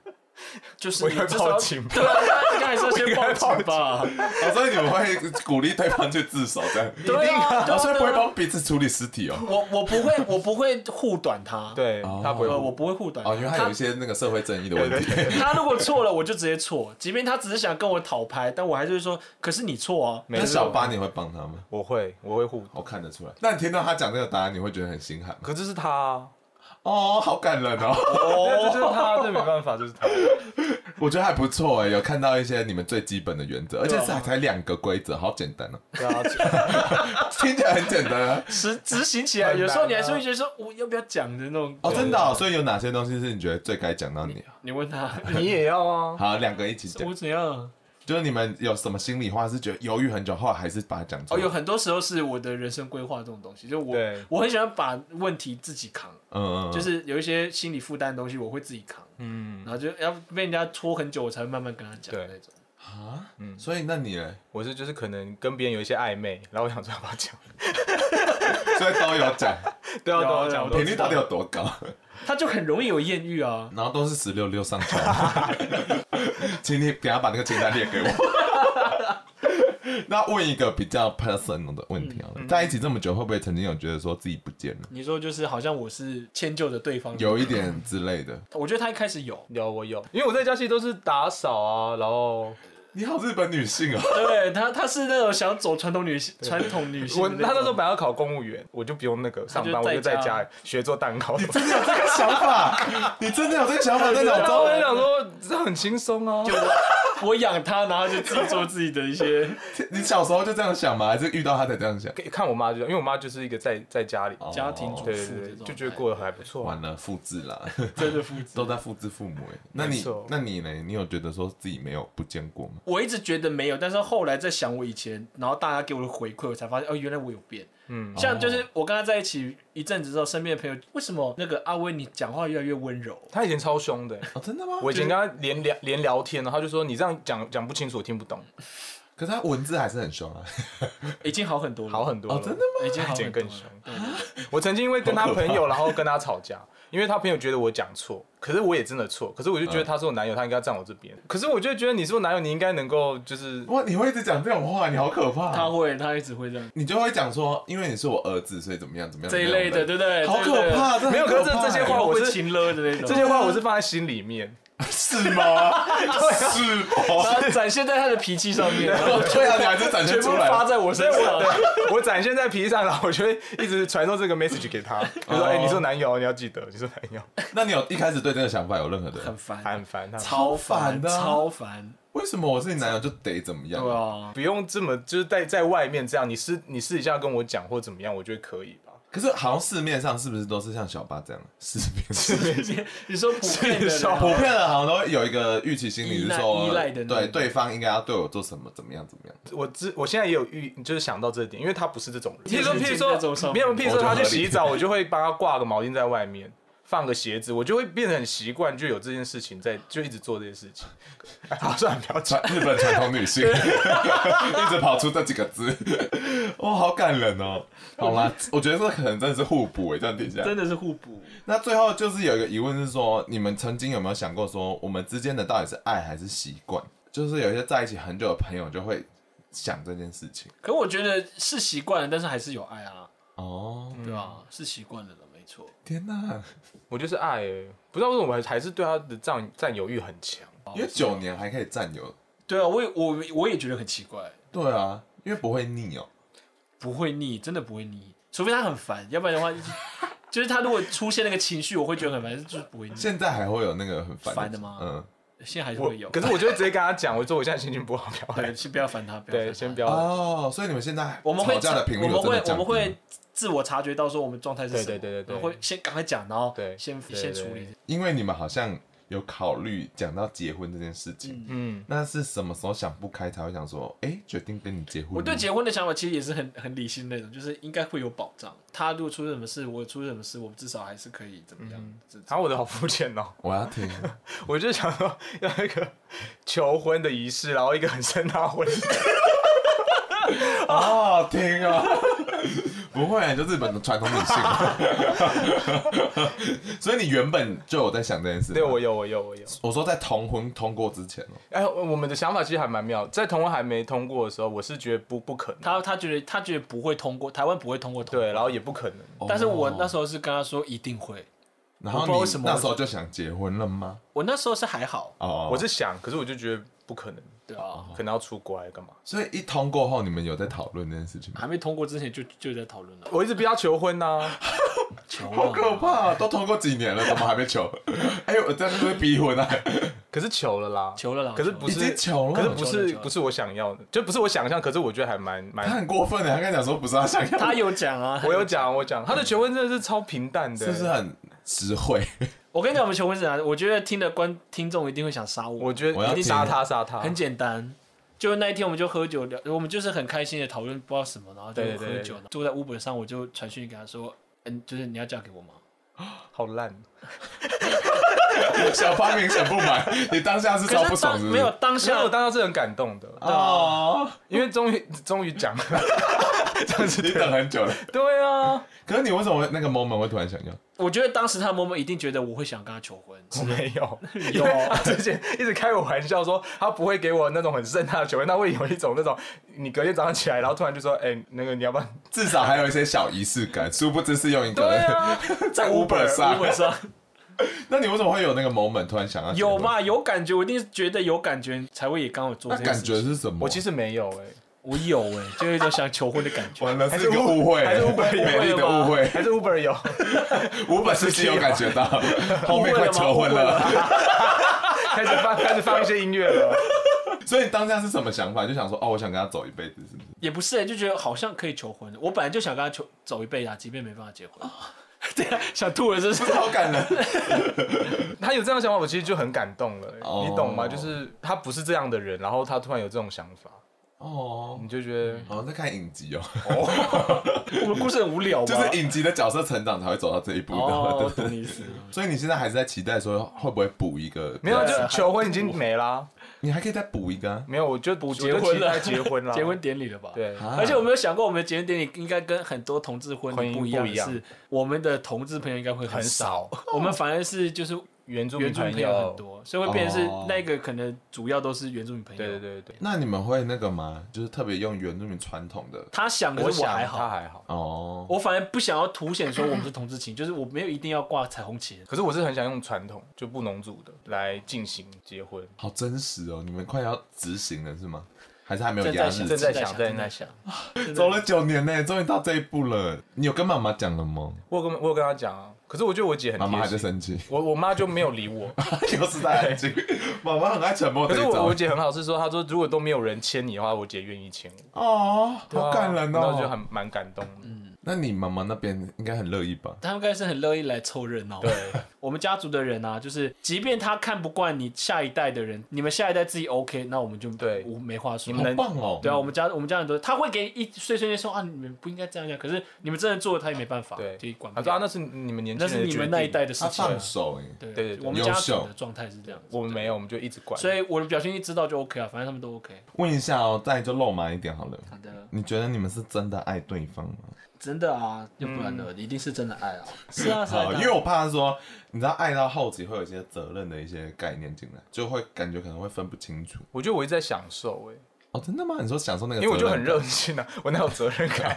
[SPEAKER 2] 就是
[SPEAKER 3] 我
[SPEAKER 2] 你
[SPEAKER 3] 应该
[SPEAKER 2] 至
[SPEAKER 3] 报
[SPEAKER 2] 少
[SPEAKER 3] 警吧
[SPEAKER 2] 对啊，应该还是要先报警吧。
[SPEAKER 1] 哦，所以你们会鼓励对方去自首这样？
[SPEAKER 2] 对啊，对
[SPEAKER 1] 哦，
[SPEAKER 2] 啊
[SPEAKER 1] 所以不会
[SPEAKER 2] 对啊
[SPEAKER 1] 帮彼此处理尸体哦。
[SPEAKER 2] 我我不会，我不会护短他。，呃
[SPEAKER 3] 对
[SPEAKER 1] 哦
[SPEAKER 3] 他不
[SPEAKER 2] 我
[SPEAKER 3] 会，
[SPEAKER 2] 我不会护短
[SPEAKER 1] 哦，因为他有一些那个社会正义的问题。
[SPEAKER 2] 他如果错了，我就直接错，即便他只是想跟我讨拍，但我还是会说，可是你错啊。
[SPEAKER 3] 没
[SPEAKER 1] 那
[SPEAKER 3] 事
[SPEAKER 1] 小八你会帮他吗？
[SPEAKER 3] 我会我会互
[SPEAKER 1] 我看得出来。那你听到他讲这个答案，你会觉得很心寒吗？
[SPEAKER 3] 可这是他啊，
[SPEAKER 1] 哦，好感人哦。 *laughs*
[SPEAKER 3] 对啊这是他，这没办法，这是他。
[SPEAKER 1] 我觉得还不错哎，有看到一些你们最基本的原
[SPEAKER 2] 啊
[SPEAKER 1] 则，而且才才两个规则，好简单哦，
[SPEAKER 3] *laughs* 对啊，
[SPEAKER 1] 听起来很简单啊。
[SPEAKER 2] 执执行起来，
[SPEAKER 3] 很难
[SPEAKER 2] 有
[SPEAKER 3] 啊
[SPEAKER 2] 时候你还是会觉得说，我要不要讲的那种。
[SPEAKER 1] 哦，真的哦，所以有哪些东西是你觉得最该讲到你啊？
[SPEAKER 2] 你问他，
[SPEAKER 3] 你也要啊，
[SPEAKER 1] 好，两个一起讲
[SPEAKER 2] 我，怎样？
[SPEAKER 1] 就是你们有什么心里话是觉得犹豫很久，后来还是把它讲出
[SPEAKER 2] 哦，
[SPEAKER 1] 来。
[SPEAKER 2] 有很多时候是我的人生规划这种东西，就我
[SPEAKER 3] 对
[SPEAKER 2] 我很喜欢把问题自己扛，
[SPEAKER 1] 嗯嗯，
[SPEAKER 2] 就
[SPEAKER 1] 嗯
[SPEAKER 2] 是有一些心理负担的东西我会自己扛，
[SPEAKER 3] 嗯，
[SPEAKER 2] 然后就要被人家拖很久，我才会慢慢跟他讲
[SPEAKER 3] 对
[SPEAKER 2] 那种。
[SPEAKER 1] 啊，所以那你嘞，
[SPEAKER 3] 我是就是可能跟别人有一些暧昧，然后我想说要不要讲，
[SPEAKER 1] *laughs* 所以都有讲，
[SPEAKER 3] 对啊，
[SPEAKER 2] 有
[SPEAKER 3] 对啊，对啊
[SPEAKER 2] 有
[SPEAKER 3] 对啊
[SPEAKER 1] 频率到底有多
[SPEAKER 2] *laughs*
[SPEAKER 1] 高？
[SPEAKER 2] 他就很容易有艳遇啊。
[SPEAKER 1] 然后都是十六六上传，
[SPEAKER 2] *laughs*
[SPEAKER 1] 请你等一下把那个清单列给我。 *laughs* 那问一个比较 personal 的问题啊，
[SPEAKER 2] 嗯
[SPEAKER 1] 在一起这么久，会不会曾经有觉得说自己不见了，
[SPEAKER 2] 你说就是好像我是迁就着对方，
[SPEAKER 1] 有一点之类的？
[SPEAKER 2] 我觉得他一开始有，
[SPEAKER 3] 有我有，因为我在家其实都是打扫啊，然后
[SPEAKER 1] 你好，日本女性哦，
[SPEAKER 2] 对他他是那种想走传统女性传统女性
[SPEAKER 3] *laughs* 我
[SPEAKER 2] 的种，
[SPEAKER 3] 他那时候本来要考公务员，我就不用那个上
[SPEAKER 2] 他
[SPEAKER 3] 班，
[SPEAKER 2] 就
[SPEAKER 3] 我就
[SPEAKER 2] 在
[SPEAKER 3] 在
[SPEAKER 2] 家
[SPEAKER 3] 家学做蛋 *laughs* 糕。
[SPEAKER 1] 真的有这个想法？你真的有这个想法在脑
[SPEAKER 3] 然后我就
[SPEAKER 1] 中？
[SPEAKER 3] 想说，这很轻松啊，
[SPEAKER 2] 就我我养他，然后就自己做自己的一些，
[SPEAKER 3] *laughs*
[SPEAKER 1] 你小时候就这样想吗？还是遇到他才这样想？
[SPEAKER 3] 可以看我妈就，因为我妈就是一个在在家里，
[SPEAKER 2] 家庭主
[SPEAKER 3] 哦对
[SPEAKER 2] 妇
[SPEAKER 3] 对
[SPEAKER 2] 这种
[SPEAKER 3] 对，就觉得过得还不错啊。
[SPEAKER 1] 完了，复制啦，
[SPEAKER 2] 真的复制
[SPEAKER 1] 都。在复制父母哎。那
[SPEAKER 3] 没
[SPEAKER 1] 你
[SPEAKER 3] 错
[SPEAKER 1] 那你呢？你有觉得说自己没有不见过吗？
[SPEAKER 2] 我一直觉得没有，但是后来在想我以前，然后大家给我的回馈，我才发现哦，原来我有变。
[SPEAKER 3] 嗯，
[SPEAKER 2] 像就是我跟他在一起一阵子之后，身边的朋友为什么那个阿威你讲话越来越温
[SPEAKER 3] *laughs*
[SPEAKER 2] 柔？
[SPEAKER 3] 她以前超凶的，欸
[SPEAKER 1] 哦，真的吗？
[SPEAKER 3] 我以前跟她连聊连聊天呢，她就说你这样讲讲不清楚，我听不懂，
[SPEAKER 1] 可是他文字还是很凶啊。 *laughs*
[SPEAKER 2] 已经好很多了，
[SPEAKER 3] 好很多
[SPEAKER 1] 哦
[SPEAKER 3] 了。，
[SPEAKER 1] 真的吗？
[SPEAKER 2] 已经好
[SPEAKER 3] 以
[SPEAKER 2] 很多
[SPEAKER 3] 前
[SPEAKER 2] 了
[SPEAKER 3] 更凶。
[SPEAKER 2] 对对对
[SPEAKER 3] 我曾经因为跟他
[SPEAKER 1] 好可怕
[SPEAKER 3] 朋友，然后跟他吵架，因为他朋友觉得我讲错，可是我也真的错，可是我就觉得他是我男友，他应该站我这边。可是我就觉得你是我男友，你应该能够就是
[SPEAKER 1] 哇，你会一直讲这种话，你好可怕。
[SPEAKER 2] 他会，他一直会这
[SPEAKER 3] *laughs*
[SPEAKER 2] 样
[SPEAKER 1] 你就会讲说，因为你是我儿子，所以怎么样怎么样
[SPEAKER 2] 这一类的，
[SPEAKER 1] 怎
[SPEAKER 2] 对不对？
[SPEAKER 1] 么样好可怕！这很
[SPEAKER 3] 没有可是这
[SPEAKER 1] 怕
[SPEAKER 3] 这些
[SPEAKER 1] 欸
[SPEAKER 3] 话
[SPEAKER 2] 我
[SPEAKER 3] 我
[SPEAKER 2] 会
[SPEAKER 3] 是
[SPEAKER 2] 亲了的那种。
[SPEAKER 3] 这些话我是放在心里面。
[SPEAKER 1] 是吗？是吗？
[SPEAKER 2] 他展现在他的脾气上 *laughs* 面，然后
[SPEAKER 1] 对啊，你还是展现
[SPEAKER 2] 全部
[SPEAKER 1] 出来
[SPEAKER 2] 发
[SPEAKER 1] 了。
[SPEAKER 2] 在我身上。
[SPEAKER 3] 对，我展现在皮上，然后我就会一直传送这个 message 给他，就说：“哎、你是我男友，你要记得，你是我男友。
[SPEAKER 1] 那你有一开始对这个想法有任何的
[SPEAKER 2] 很？烦，”
[SPEAKER 3] 他很烦，他
[SPEAKER 2] 超
[SPEAKER 1] 烦的啊
[SPEAKER 2] 超烦，
[SPEAKER 1] 为什么我是你男友就得怎么样？
[SPEAKER 2] 对啊，
[SPEAKER 3] 不用这么就是在在外面这样，你私你私底下跟我讲或怎么样，我觉得可以吧。
[SPEAKER 1] 可是好像市面上是不是都是像小八这样？市面上
[SPEAKER 2] 啊你说普遍
[SPEAKER 3] 是
[SPEAKER 2] 的啊
[SPEAKER 3] 少
[SPEAKER 1] *laughs* 普遍的好像都会有一个预期心理，是说
[SPEAKER 2] 依赖依赖的那种
[SPEAKER 1] 对对方应该要对我做什么，怎么样怎么样。
[SPEAKER 3] 我之我现在也有遇，就是想到这点，因为他不是这种人。
[SPEAKER 2] 天
[SPEAKER 3] 譬如
[SPEAKER 2] 蝎
[SPEAKER 3] 说，
[SPEAKER 2] 座
[SPEAKER 3] 譬如
[SPEAKER 2] 在这种上
[SPEAKER 3] 说，
[SPEAKER 2] 面
[SPEAKER 3] 没有，譬如
[SPEAKER 1] 我
[SPEAKER 3] 说
[SPEAKER 1] 觉得
[SPEAKER 3] 他
[SPEAKER 1] 合
[SPEAKER 3] 去
[SPEAKER 1] 理
[SPEAKER 3] 洗澡，我就会帮他挂个毛巾在外面，放个鞋子，我就会变得很习惯，就有这件事情在，就一直做这件事情。 *laughs* 好，算了，不要
[SPEAKER 1] 传 *laughs*
[SPEAKER 3] 讲。
[SPEAKER 1] 日本传统女
[SPEAKER 2] *laughs*
[SPEAKER 1] 性， *laughs* 一直跑出这几个字， *laughs* 哦，好感人哦。好啦，我觉得这可能真的是互补诶，欸这样底下。
[SPEAKER 2] 真的是互补。
[SPEAKER 1] 那最后就是有一个疑问是说，你们曾经有没有想过说，我们之间的到底是爱还是习惯？就是有一些在一起很久的朋友就会想这件事情。
[SPEAKER 2] 可我觉得是习惯了，但是还是有爱啊，
[SPEAKER 1] 哦，
[SPEAKER 2] 对吧？是习惯了的，没错。
[SPEAKER 1] 天哪！
[SPEAKER 3] 我就是爱、欸，不知道为什么我还是对他的占占有欲很强。
[SPEAKER 1] 因为九年还可以占有，
[SPEAKER 2] 对啊，我也我我也觉得很奇怪，
[SPEAKER 1] 对啊，因为不会腻哦。
[SPEAKER 2] 不会腻，真的不会腻，除非他很烦，要不然的话， *laughs* 就是他如果出现那个情绪，我会觉得很烦，就是不会腻。
[SPEAKER 1] 现在还会有那个很烦
[SPEAKER 2] 烦的吗
[SPEAKER 1] 嗯，
[SPEAKER 2] 现在还是
[SPEAKER 3] 我
[SPEAKER 2] 会有，
[SPEAKER 3] 可是我就会直接跟他讲，我说我现在心情不好，不要来
[SPEAKER 2] 对，。先不要烦他，不要烦
[SPEAKER 3] 对，
[SPEAKER 2] 他
[SPEAKER 3] 先不要。
[SPEAKER 1] 哦，所以你们现在
[SPEAKER 2] 我们会
[SPEAKER 1] 吵架的频率
[SPEAKER 2] 我
[SPEAKER 1] 有
[SPEAKER 2] 们
[SPEAKER 1] 真
[SPEAKER 2] 会
[SPEAKER 1] 的
[SPEAKER 2] 我
[SPEAKER 1] 降低
[SPEAKER 2] 们
[SPEAKER 1] 吗
[SPEAKER 2] 会自我察觉到说我们状态是什么，
[SPEAKER 3] 对对对对对
[SPEAKER 2] 然后会先赶快讲，然后
[SPEAKER 3] 对
[SPEAKER 2] 先
[SPEAKER 3] 对
[SPEAKER 2] 先
[SPEAKER 3] 对
[SPEAKER 2] 处
[SPEAKER 3] 对
[SPEAKER 2] 理。
[SPEAKER 1] 因为你们好像有考虑讲到结婚这件事情，
[SPEAKER 3] 嗯，
[SPEAKER 1] 那是什么时候想不开才会想说，哎、决定跟你结婚？
[SPEAKER 2] 我对结婚的想法其实也是很很理性那种，就是应该会有保障。他如果出什么事，我出什么事，我至少还是可以怎么样？这
[SPEAKER 3] 然后我的好肤浅哦，
[SPEAKER 1] 我要
[SPEAKER 2] *laughs*
[SPEAKER 1] 听，
[SPEAKER 3] 我就想说要一个求婚的仪式，然后一个很盛大的婚礼。 *laughs*
[SPEAKER 1] 好好听
[SPEAKER 2] 啊
[SPEAKER 1] 哦。 *laughs* 不会，就日本的传统女性。 *laughs* 所以你原本就有在想这件事吗。
[SPEAKER 3] 对我有，我有，我有。
[SPEAKER 1] 我说在同婚通过之前哦、
[SPEAKER 3] 哎，我们的想法其实还蛮妙。在同婚还没通过的时候，我是觉得不不可能，
[SPEAKER 2] 他他觉得他觉得不会通过，台湾不会通过同婚
[SPEAKER 3] 对，然后也不可能。
[SPEAKER 2] 但是我那
[SPEAKER 1] 时
[SPEAKER 2] 时候是跟他说一定会，
[SPEAKER 1] 然后
[SPEAKER 2] 我不知道为什
[SPEAKER 1] 你
[SPEAKER 2] 么
[SPEAKER 1] 那时候就想结婚了吗？
[SPEAKER 2] 我那时候是还好，
[SPEAKER 1] 哦，
[SPEAKER 3] 我是想，可是我就觉得不可能，
[SPEAKER 2] 对啊，
[SPEAKER 3] 可能要出国还干嘛？
[SPEAKER 1] 所以一通过后，你们有在讨论这件事情吗？
[SPEAKER 2] 还没通过之前就就在讨论了，
[SPEAKER 3] 我一直逼他求婚啊呐、
[SPEAKER 2] 求
[SPEAKER 1] 好
[SPEAKER 2] 了。
[SPEAKER 1] 可怕、啊，都通过几年了，怎么还没求？哎、我这样是不是逼婚啊？
[SPEAKER 3] 可是求了啦，
[SPEAKER 2] 求了啦
[SPEAKER 3] 可是不
[SPEAKER 1] 已经
[SPEAKER 3] 是
[SPEAKER 1] 求了
[SPEAKER 3] 可是不
[SPEAKER 2] 求了
[SPEAKER 3] 是
[SPEAKER 2] 求了
[SPEAKER 3] 不是我想要的，就不是我想象，可是我觉得还蛮
[SPEAKER 1] 他
[SPEAKER 3] 蛮。
[SPEAKER 1] 很过分的，欸他跟你讲说不是他想要的，
[SPEAKER 2] 他有讲啊，
[SPEAKER 3] 我有讲，我讲他的求婚真的是超平淡
[SPEAKER 1] 是
[SPEAKER 3] 的，
[SPEAKER 1] 不啊是？很实惠？ *laughs*
[SPEAKER 2] 我跟你讲，我们求婚是哪？我觉得听的观听众一定会想杀我。
[SPEAKER 3] 我觉
[SPEAKER 1] 我要
[SPEAKER 3] 得一
[SPEAKER 1] 听
[SPEAKER 3] 定杀他杀他，
[SPEAKER 2] 很简单，就那一天我们就喝酒聊，我们就是很开心的讨论不知道什么，然后就
[SPEAKER 3] 对对对
[SPEAKER 2] 喝
[SPEAKER 3] 对
[SPEAKER 2] 酒，坐在 Uber 上，我就传讯给他说，嗯，就是你要嫁给我吗？
[SPEAKER 3] 好烂。
[SPEAKER 1] 小潘明显不满，你当下是超
[SPEAKER 2] 可
[SPEAKER 1] 不
[SPEAKER 2] 是当
[SPEAKER 1] 爽，是不是？
[SPEAKER 2] 没有当
[SPEAKER 3] 其实
[SPEAKER 2] 下
[SPEAKER 3] 我当时是很感动的，
[SPEAKER 1] 哦，
[SPEAKER 3] 因为终于终于讲了，这样子
[SPEAKER 1] 你
[SPEAKER 3] 对
[SPEAKER 1] 等
[SPEAKER 3] 吗。
[SPEAKER 1] 很久了。
[SPEAKER 3] 对啊，
[SPEAKER 1] 可是你为什么那个 moment 会突然想要？
[SPEAKER 2] 我觉得当时他妈妈一定觉得我会想跟他求婚，
[SPEAKER 3] 我没 *laughs* 有，
[SPEAKER 2] 有
[SPEAKER 3] 他之前一直开我玩笑说他不会给我那种很盛大的球员，他会有一种那种你隔天早上起来，然后突然就说，哎、那个你要不要？
[SPEAKER 1] 至少还有一些小仪式感，殊不知是用一个。
[SPEAKER 3] 对
[SPEAKER 2] *laughs*
[SPEAKER 3] 啊，
[SPEAKER 1] 在 Uber 上
[SPEAKER 2] Uber 上
[SPEAKER 1] *laughs* 那你为什么会有那个 moment 突然想要？
[SPEAKER 2] 有？嘛？有感觉，我一定是觉得有感觉才会也刚好做
[SPEAKER 1] 那
[SPEAKER 2] 这件
[SPEAKER 1] 感
[SPEAKER 2] 事
[SPEAKER 1] 觉
[SPEAKER 2] 情。
[SPEAKER 1] 是什么？
[SPEAKER 3] 我其实没有哎、
[SPEAKER 2] 我有哎、就有一种想求婚的感觉。
[SPEAKER 1] 完了是一个误会，
[SPEAKER 3] 还是 Uber 有
[SPEAKER 1] 美丽的误会。
[SPEAKER 3] 还是 Uber *laughs* 有，
[SPEAKER 1] 五本是有感觉到，后面快求婚了，
[SPEAKER 3] 开始放开始放一些音乐了。
[SPEAKER 1] *laughs* 所以你当下是什么想法？就想说哦，我想跟他走一辈子，是不是？
[SPEAKER 2] 也不是、欸，就觉得好像可以求婚。我本来就想跟他求走一辈子、啊，即便没办法结婚。 *laughs* 对啊，想吐了，这是
[SPEAKER 1] 好感人。
[SPEAKER 3] 他有这样想法，我其实就很感动了、欸
[SPEAKER 1] 哦
[SPEAKER 3] 你懂吗？就是他不是这样的人，然后他突然有这种想法，
[SPEAKER 1] 哦
[SPEAKER 3] 你就觉得
[SPEAKER 1] 哦，在看影集哦，
[SPEAKER 2] 我们故事很无聊吧？
[SPEAKER 1] 就是影集的角色成长才会走到这一步的，对
[SPEAKER 2] 哦，
[SPEAKER 1] 不对
[SPEAKER 2] 懂你意
[SPEAKER 3] *laughs*
[SPEAKER 2] 思。
[SPEAKER 1] 所以你现在还是在期待说会不会补一个？
[SPEAKER 3] 没有，啊
[SPEAKER 1] 对
[SPEAKER 3] 就求婚已经没啦，
[SPEAKER 1] 你还可以再补一个啊。
[SPEAKER 3] 没有，我就不
[SPEAKER 2] 结婚了，
[SPEAKER 3] *laughs* 结婚了，
[SPEAKER 2] 结婚典礼了吧？。
[SPEAKER 3] 啊对，
[SPEAKER 1] 啊
[SPEAKER 2] 而且我没有想过，我们的结婚典礼应该跟很多同志婚
[SPEAKER 3] 婚
[SPEAKER 2] 礼
[SPEAKER 3] 姻
[SPEAKER 2] 不一
[SPEAKER 3] 不
[SPEAKER 2] 样
[SPEAKER 3] 一
[SPEAKER 2] 的
[SPEAKER 3] 样
[SPEAKER 2] 是，我们的同志朋友应该会
[SPEAKER 3] 很
[SPEAKER 2] 少，
[SPEAKER 3] 少，
[SPEAKER 2] *laughs* 我们反而是就是
[SPEAKER 3] 原住
[SPEAKER 2] 原
[SPEAKER 3] 民
[SPEAKER 2] 住民
[SPEAKER 3] 朋
[SPEAKER 2] 朋友
[SPEAKER 3] 友哦
[SPEAKER 2] 很，多，所以会变成是
[SPEAKER 1] 哦
[SPEAKER 2] 那个可能主要都是原住民朋友。
[SPEAKER 3] 对对对对，
[SPEAKER 1] 那你们会那个吗？就是特别用原住民传统的
[SPEAKER 2] 他想，可是我
[SPEAKER 3] 想
[SPEAKER 2] 还
[SPEAKER 3] 他
[SPEAKER 2] 好，
[SPEAKER 3] 还好，
[SPEAKER 1] 哦，
[SPEAKER 2] 我反而不想要凸显说我们是同志情， *laughs* 就是我没有一定要挂彩虹旗。
[SPEAKER 3] 可是我是很想用传统就不农族的来进行结婚，
[SPEAKER 1] 好真实哦！你们快要执行了是吗？还是还没有
[SPEAKER 2] 正
[SPEAKER 1] 压
[SPEAKER 2] 在
[SPEAKER 1] 日
[SPEAKER 2] 想，
[SPEAKER 1] 期
[SPEAKER 3] 正在想
[SPEAKER 2] 正在
[SPEAKER 3] 在
[SPEAKER 2] 想。
[SPEAKER 1] 走了九年呢，终于到这一步了。你有跟妈妈讲了吗？
[SPEAKER 3] 我有跟我有跟他讲啊，可是我觉得我姐
[SPEAKER 1] 妈
[SPEAKER 3] 很
[SPEAKER 1] 妈还在
[SPEAKER 3] 贴心，
[SPEAKER 1] 生
[SPEAKER 3] *laughs*
[SPEAKER 1] 气，
[SPEAKER 3] 我我妈就没有
[SPEAKER 1] *laughs*
[SPEAKER 3] 理我，
[SPEAKER 1] 又是在安
[SPEAKER 3] *laughs*
[SPEAKER 1] 静。妈妈很爱沉默
[SPEAKER 3] 可
[SPEAKER 1] 这
[SPEAKER 3] 是
[SPEAKER 1] 一
[SPEAKER 3] 我我
[SPEAKER 1] 招。
[SPEAKER 3] 姐很好，是说她说如果都没有人牵你的话，我姐愿意牵我，
[SPEAKER 1] 哦，
[SPEAKER 3] 对啊
[SPEAKER 1] 好感人
[SPEAKER 3] 然后就
[SPEAKER 1] 哦。
[SPEAKER 3] 很蛮感动的，
[SPEAKER 2] 嗯
[SPEAKER 1] 那你妈妈那边应该很乐意吧？
[SPEAKER 2] 他们应该是很乐意来凑热闹。对， *laughs* 我们家族的人啊，就是即便他看不惯你下一代的人，你们下一代自己 OK，那我们就
[SPEAKER 3] 对
[SPEAKER 2] 无没话说
[SPEAKER 3] 你。
[SPEAKER 1] 好
[SPEAKER 3] 们能
[SPEAKER 1] 棒哦！
[SPEAKER 2] 对啊，我们家我们家人都他会给一碎碎念说啊，你们不应该这样讲，可是你们真的做了，他也没办法，就
[SPEAKER 3] 对，
[SPEAKER 2] 管不
[SPEAKER 3] 她说啊
[SPEAKER 2] 了。
[SPEAKER 3] 那是你们年轻
[SPEAKER 2] 那是
[SPEAKER 3] 人的
[SPEAKER 2] 你们
[SPEAKER 3] 决
[SPEAKER 2] 那一
[SPEAKER 3] 定
[SPEAKER 2] 代的事
[SPEAKER 1] 她
[SPEAKER 2] 情。
[SPEAKER 1] 放手哎，
[SPEAKER 2] 对
[SPEAKER 3] 对对对
[SPEAKER 2] 我们家
[SPEAKER 1] 优
[SPEAKER 2] 族
[SPEAKER 1] 秀
[SPEAKER 2] 的状态是这样子，
[SPEAKER 3] 我们没有，我们就一直管，
[SPEAKER 2] 所以我的表情一知道就 OK 啊，反正他们都 OK。
[SPEAKER 1] 问一下哦，再就肉麻一点好了。
[SPEAKER 2] 好的，
[SPEAKER 1] 你觉得你们是真的爱对方吗？
[SPEAKER 2] 真的啊，要不然呢，一定是真的爱啊。是啊，是啊
[SPEAKER 1] 好，，因为我怕说，你知道爱到后期会有一些责任的一些概念进来，就会感觉可能会分不清楚。
[SPEAKER 3] 我觉得我一直在享受哎、
[SPEAKER 1] 哦，真的吗？你说享受那个，
[SPEAKER 3] 因为我就很，热情啊， *laughs* 我哪有责
[SPEAKER 1] *laughs*
[SPEAKER 3] 任感？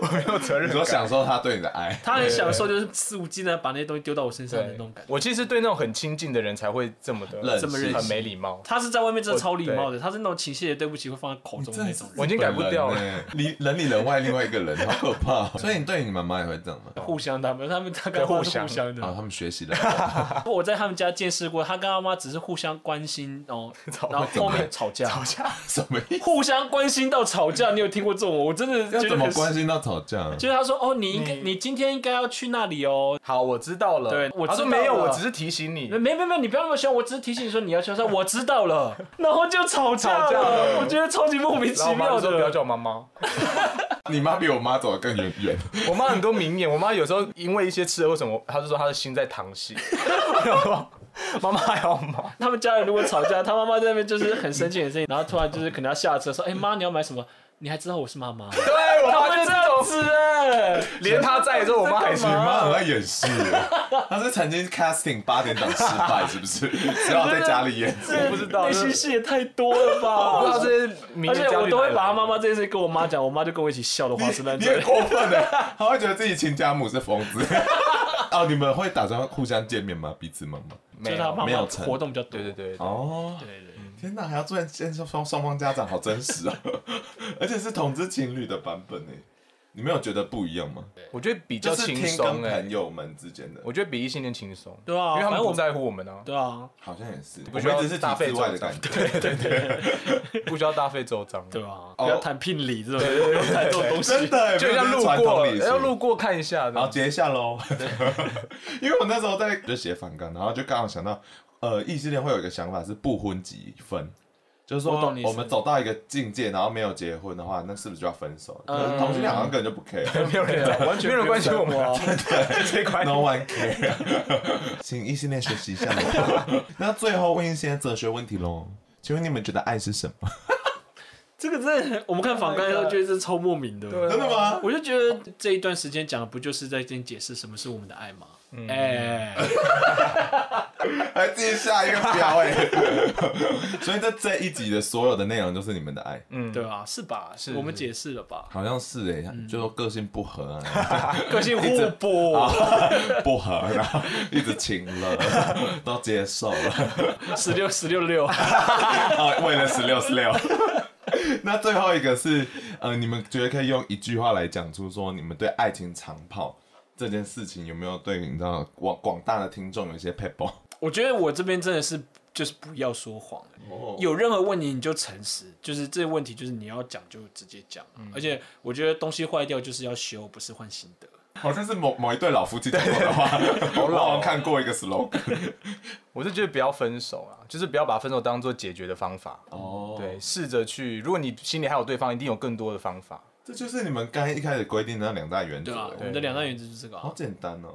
[SPEAKER 3] 我没有责任
[SPEAKER 1] 你
[SPEAKER 3] 感。
[SPEAKER 1] 说享受他对你的爱，
[SPEAKER 2] 他很享受，就是肆无忌惮地把那些东西丢到我身上的那种感觉。
[SPEAKER 3] 我其实对那种很亲近的人才会这么
[SPEAKER 1] 冷
[SPEAKER 3] 的
[SPEAKER 1] 这么
[SPEAKER 2] 任性
[SPEAKER 3] 很没礼貌。
[SPEAKER 2] 他是在外面真的超礼貌的，他是那种情绪的对不起会放在口中的那种人，
[SPEAKER 3] 我已经改不掉了
[SPEAKER 1] 本人欸，里人里人外另外一个人，好可怕哦。所以你对你妈妈也会这样吗？
[SPEAKER 2] 互相的，他们他跟他们是互相
[SPEAKER 1] 啊，
[SPEAKER 2] 的。
[SPEAKER 1] 他们学
[SPEAKER 3] *laughs*
[SPEAKER 1] 习了，
[SPEAKER 2] 我在他们家见识过，他跟他妈只是互相关心哦，然后后面吵架，吵架，
[SPEAKER 1] 什么意思？
[SPEAKER 2] 互相关心到吵架。你有听过这种？我真的
[SPEAKER 1] 要
[SPEAKER 2] 觉
[SPEAKER 1] 怎
[SPEAKER 2] 得
[SPEAKER 1] 么
[SPEAKER 2] 很
[SPEAKER 1] 关心到吵架？
[SPEAKER 2] 就是他说哦，你应该
[SPEAKER 3] 你
[SPEAKER 2] 你今天应该要去那里哦。
[SPEAKER 3] 好，我知道了。
[SPEAKER 2] 对我
[SPEAKER 3] 他说
[SPEAKER 2] 知道了
[SPEAKER 3] 没有，我只是提醒你
[SPEAKER 2] 没。没没没，你不要那么凶，我只是提醒你说你要去。他说我知道了，然后就吵架
[SPEAKER 3] 吵架
[SPEAKER 2] 了，
[SPEAKER 3] 了
[SPEAKER 2] 我觉得超级莫名
[SPEAKER 3] 然后
[SPEAKER 2] 其
[SPEAKER 3] 我妈
[SPEAKER 2] 妙
[SPEAKER 3] 就说不要
[SPEAKER 2] 的。
[SPEAKER 3] 叫我妈妈。
[SPEAKER 1] 你妈比我妈走得更远远，
[SPEAKER 3] 我妈很多名言，我 *laughs* 妈有时候因为一些吃的或什么，她就说她的心在淌
[SPEAKER 2] *laughs*
[SPEAKER 3] 血。然后妈妈还好吗？
[SPEAKER 2] 他们家人如果吵架，他妈妈在那边就是很生气很生气，然后突然就是可能要下车说，哎、妈，你要买什么？你还知道我是妈妈？
[SPEAKER 3] 对
[SPEAKER 2] *laughs*
[SPEAKER 3] 我
[SPEAKER 2] 他
[SPEAKER 3] 妈
[SPEAKER 2] 会
[SPEAKER 3] 就
[SPEAKER 2] 这
[SPEAKER 3] 这
[SPEAKER 2] 样
[SPEAKER 3] 种，
[SPEAKER 2] 子哎、
[SPEAKER 3] 连她在的时候，我妈还是
[SPEAKER 1] 你妈很爱演戏耶，她是曾经 casting 八点档失败，是不是？只好在家里演。
[SPEAKER 2] 这
[SPEAKER 3] 我不知道
[SPEAKER 2] 内心戏也太多了
[SPEAKER 3] 我不知道
[SPEAKER 2] 吧？
[SPEAKER 3] 这些名
[SPEAKER 2] 而
[SPEAKER 3] 言
[SPEAKER 2] 且
[SPEAKER 3] 佳句
[SPEAKER 2] 我都会
[SPEAKER 3] 哪里
[SPEAKER 2] 把他
[SPEAKER 3] 来的
[SPEAKER 2] 妈妈这件事跟我妈讲，我妈就跟我一起笑的花枝乱
[SPEAKER 1] 你
[SPEAKER 2] 颤
[SPEAKER 1] 很。过分的，她会觉得自己亲家母是疯子。哦，你们会打算互相见面吗？彼此忙吗？
[SPEAKER 2] 就
[SPEAKER 3] 没
[SPEAKER 2] 是他
[SPEAKER 3] 有。
[SPEAKER 2] 妈
[SPEAKER 1] 没
[SPEAKER 2] 妈
[SPEAKER 1] 有成
[SPEAKER 2] 活动比较多。
[SPEAKER 3] 对对对，对
[SPEAKER 1] 哦，
[SPEAKER 2] 对对对。
[SPEAKER 1] 天哪，还要做见双双方家长，好真实啊！而且是同志情侣的版本呢，你没有觉得不一样吗？
[SPEAKER 3] 我觉得比较
[SPEAKER 1] 就是
[SPEAKER 3] 轻
[SPEAKER 1] 听跟
[SPEAKER 3] 松哎
[SPEAKER 1] 朋。友们之间的，
[SPEAKER 3] 我觉得比异性恋轻松，
[SPEAKER 2] 对啊
[SPEAKER 3] 因为
[SPEAKER 2] 反
[SPEAKER 3] 他们
[SPEAKER 2] 正我
[SPEAKER 3] 不在乎我们啊，
[SPEAKER 2] 对啊，
[SPEAKER 1] 好像也是，
[SPEAKER 3] 不
[SPEAKER 1] 我
[SPEAKER 3] 需要
[SPEAKER 1] 们只是体制外的感觉。
[SPEAKER 3] *laughs* 不需要大费周章。啊 *laughs*
[SPEAKER 2] 对吧？
[SPEAKER 1] 哦
[SPEAKER 2] 不要谈聘礼这种，不要谈这种东西。
[SPEAKER 1] 真的耶，
[SPEAKER 3] 就像路
[SPEAKER 1] 没有这是传统
[SPEAKER 3] 过，
[SPEAKER 1] 礼俗
[SPEAKER 3] 要路过看一下
[SPEAKER 1] 然后
[SPEAKER 3] 的。
[SPEAKER 1] 截一下喽。 *laughs* 因为我那时候在就写反纲，然后就刚好想到，呃，异性恋会有一个想法是不婚即分，就是
[SPEAKER 2] 我
[SPEAKER 1] 说
[SPEAKER 2] 懂你意思
[SPEAKER 1] 我们走到一个境界，然后没有结婚的话，那是不是就要分手？
[SPEAKER 2] 嗯
[SPEAKER 1] 可是同性恋好像根本就不
[SPEAKER 2] *laughs*
[SPEAKER 1] care。
[SPEAKER 3] 没有人在，完全没有人关心我们啊，这一块
[SPEAKER 1] No one
[SPEAKER 2] *laughs*
[SPEAKER 1] care，请异性恋学习一下喽。那最后问一些哲学问题喽，请问你们觉得爱是什么？
[SPEAKER 2] 这个真的，我们看访纲的时候觉得这超莫名的。
[SPEAKER 3] 对啊
[SPEAKER 1] 真的吗？
[SPEAKER 2] 我就觉得这一段时间讲的不就是在跟你解释什么是我们的爱吗？哎、
[SPEAKER 1] 还自己下一个标哎、 *laughs* 所以在这一集的所有的内容都是你们的爱，
[SPEAKER 3] 嗯，
[SPEAKER 2] 对啊，是吧？是我们解释了吧？
[SPEAKER 1] 好像是哎、就说个性不合、啊。
[SPEAKER 2] 个性互补，
[SPEAKER 1] 不合，然后一直请了，都接受了， *laughs*
[SPEAKER 2] 十六十六六，
[SPEAKER 1] 哦，为了十六十六。 *laughs* 那最后一个是，呃，你们觉得可以用一句话来讲出说你们对爱情长跑这件事情有没有对你知道广广大的听众有一些 people？
[SPEAKER 2] 我觉得我这边真的是就是不要说谎、
[SPEAKER 1] 哦
[SPEAKER 2] 有任何问题你就诚实，就是这些问题就是你要讲就直接讲、而且我觉得东西坏掉就是要修，不是换新的。
[SPEAKER 1] 好像是某某一对老夫妻讲过的 *laughs* 话，我好哦像看过一个 slogan。
[SPEAKER 3] 我是觉得不要分手啊，就是不要把分手当做解决的方法。
[SPEAKER 1] 哦，
[SPEAKER 3] 对，，试着去，如果你心里还有对方，一定有更多的方法。
[SPEAKER 1] 这就是你们刚才一开始规定的那两大原则
[SPEAKER 2] 对啊，。我
[SPEAKER 1] 哎
[SPEAKER 2] 们的两大原则就是这个、
[SPEAKER 1] 好
[SPEAKER 2] 啊。
[SPEAKER 1] 简单哦。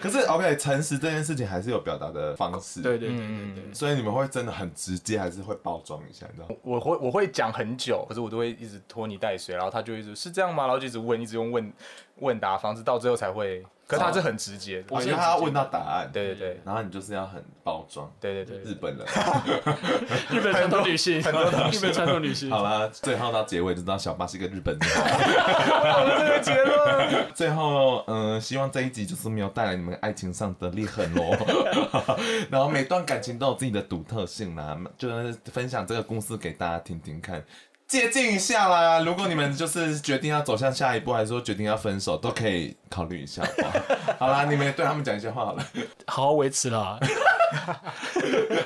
[SPEAKER 1] 可是 OK，诚实这件事情还是有表达的方式。
[SPEAKER 2] 对对对对对，
[SPEAKER 1] 所以你们会真的很直接，还是会包装一下，你知道吗？
[SPEAKER 3] 我会我会讲很久，可是我都会一直拖泥带水，然后他就一直是这样吗？然后就一直问，一直用问问答方式，到最后才会。可是他是很直接的，
[SPEAKER 1] 我啊觉得他要问到答案，，
[SPEAKER 3] 对对对
[SPEAKER 1] 然后你就是要很包装。
[SPEAKER 3] 对对对，
[SPEAKER 1] 日本人，
[SPEAKER 2] 日本传统女性， *laughs* 日本传统女性。
[SPEAKER 1] 好啦，最后到结尾就知道小巴是一个日本人。
[SPEAKER 3] *laughs* 这个结论。
[SPEAKER 1] 最后，嗯、希望这一集就是没有带来你们爱情上的裂痕喽。 *laughs* 然后每段感情都有自己的独特性啦，就是分享这个故事给大家听听看。借鉴一下啦！如果你们就是决定要走向下一步，还是说决定要分手，都可以考虑一下好不
[SPEAKER 3] *laughs*
[SPEAKER 1] 好。好啦，你们也对他们讲一些话好了，
[SPEAKER 2] 好好维持啦，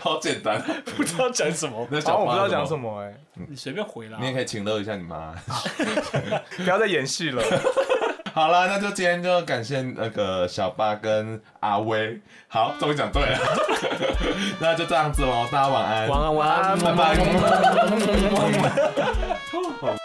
[SPEAKER 1] 好简单。
[SPEAKER 2] *laughs* 不知道讲什么，
[SPEAKER 1] 那
[SPEAKER 3] 然
[SPEAKER 1] 小
[SPEAKER 3] 后我
[SPEAKER 1] 巴
[SPEAKER 3] 不知道
[SPEAKER 1] 有
[SPEAKER 3] 讲
[SPEAKER 1] 么
[SPEAKER 3] 什么哎，
[SPEAKER 2] 你随便回啦
[SPEAKER 1] 你。也可以请乐一下你妈。
[SPEAKER 3] 不要再演戏了。
[SPEAKER 1] 好啦，那就今天就感谢那个小八跟阿威。好，终于讲对了， *laughs* 那就这样子喽，大家晚安，
[SPEAKER 2] 晚安，晚安，
[SPEAKER 1] 拜拜。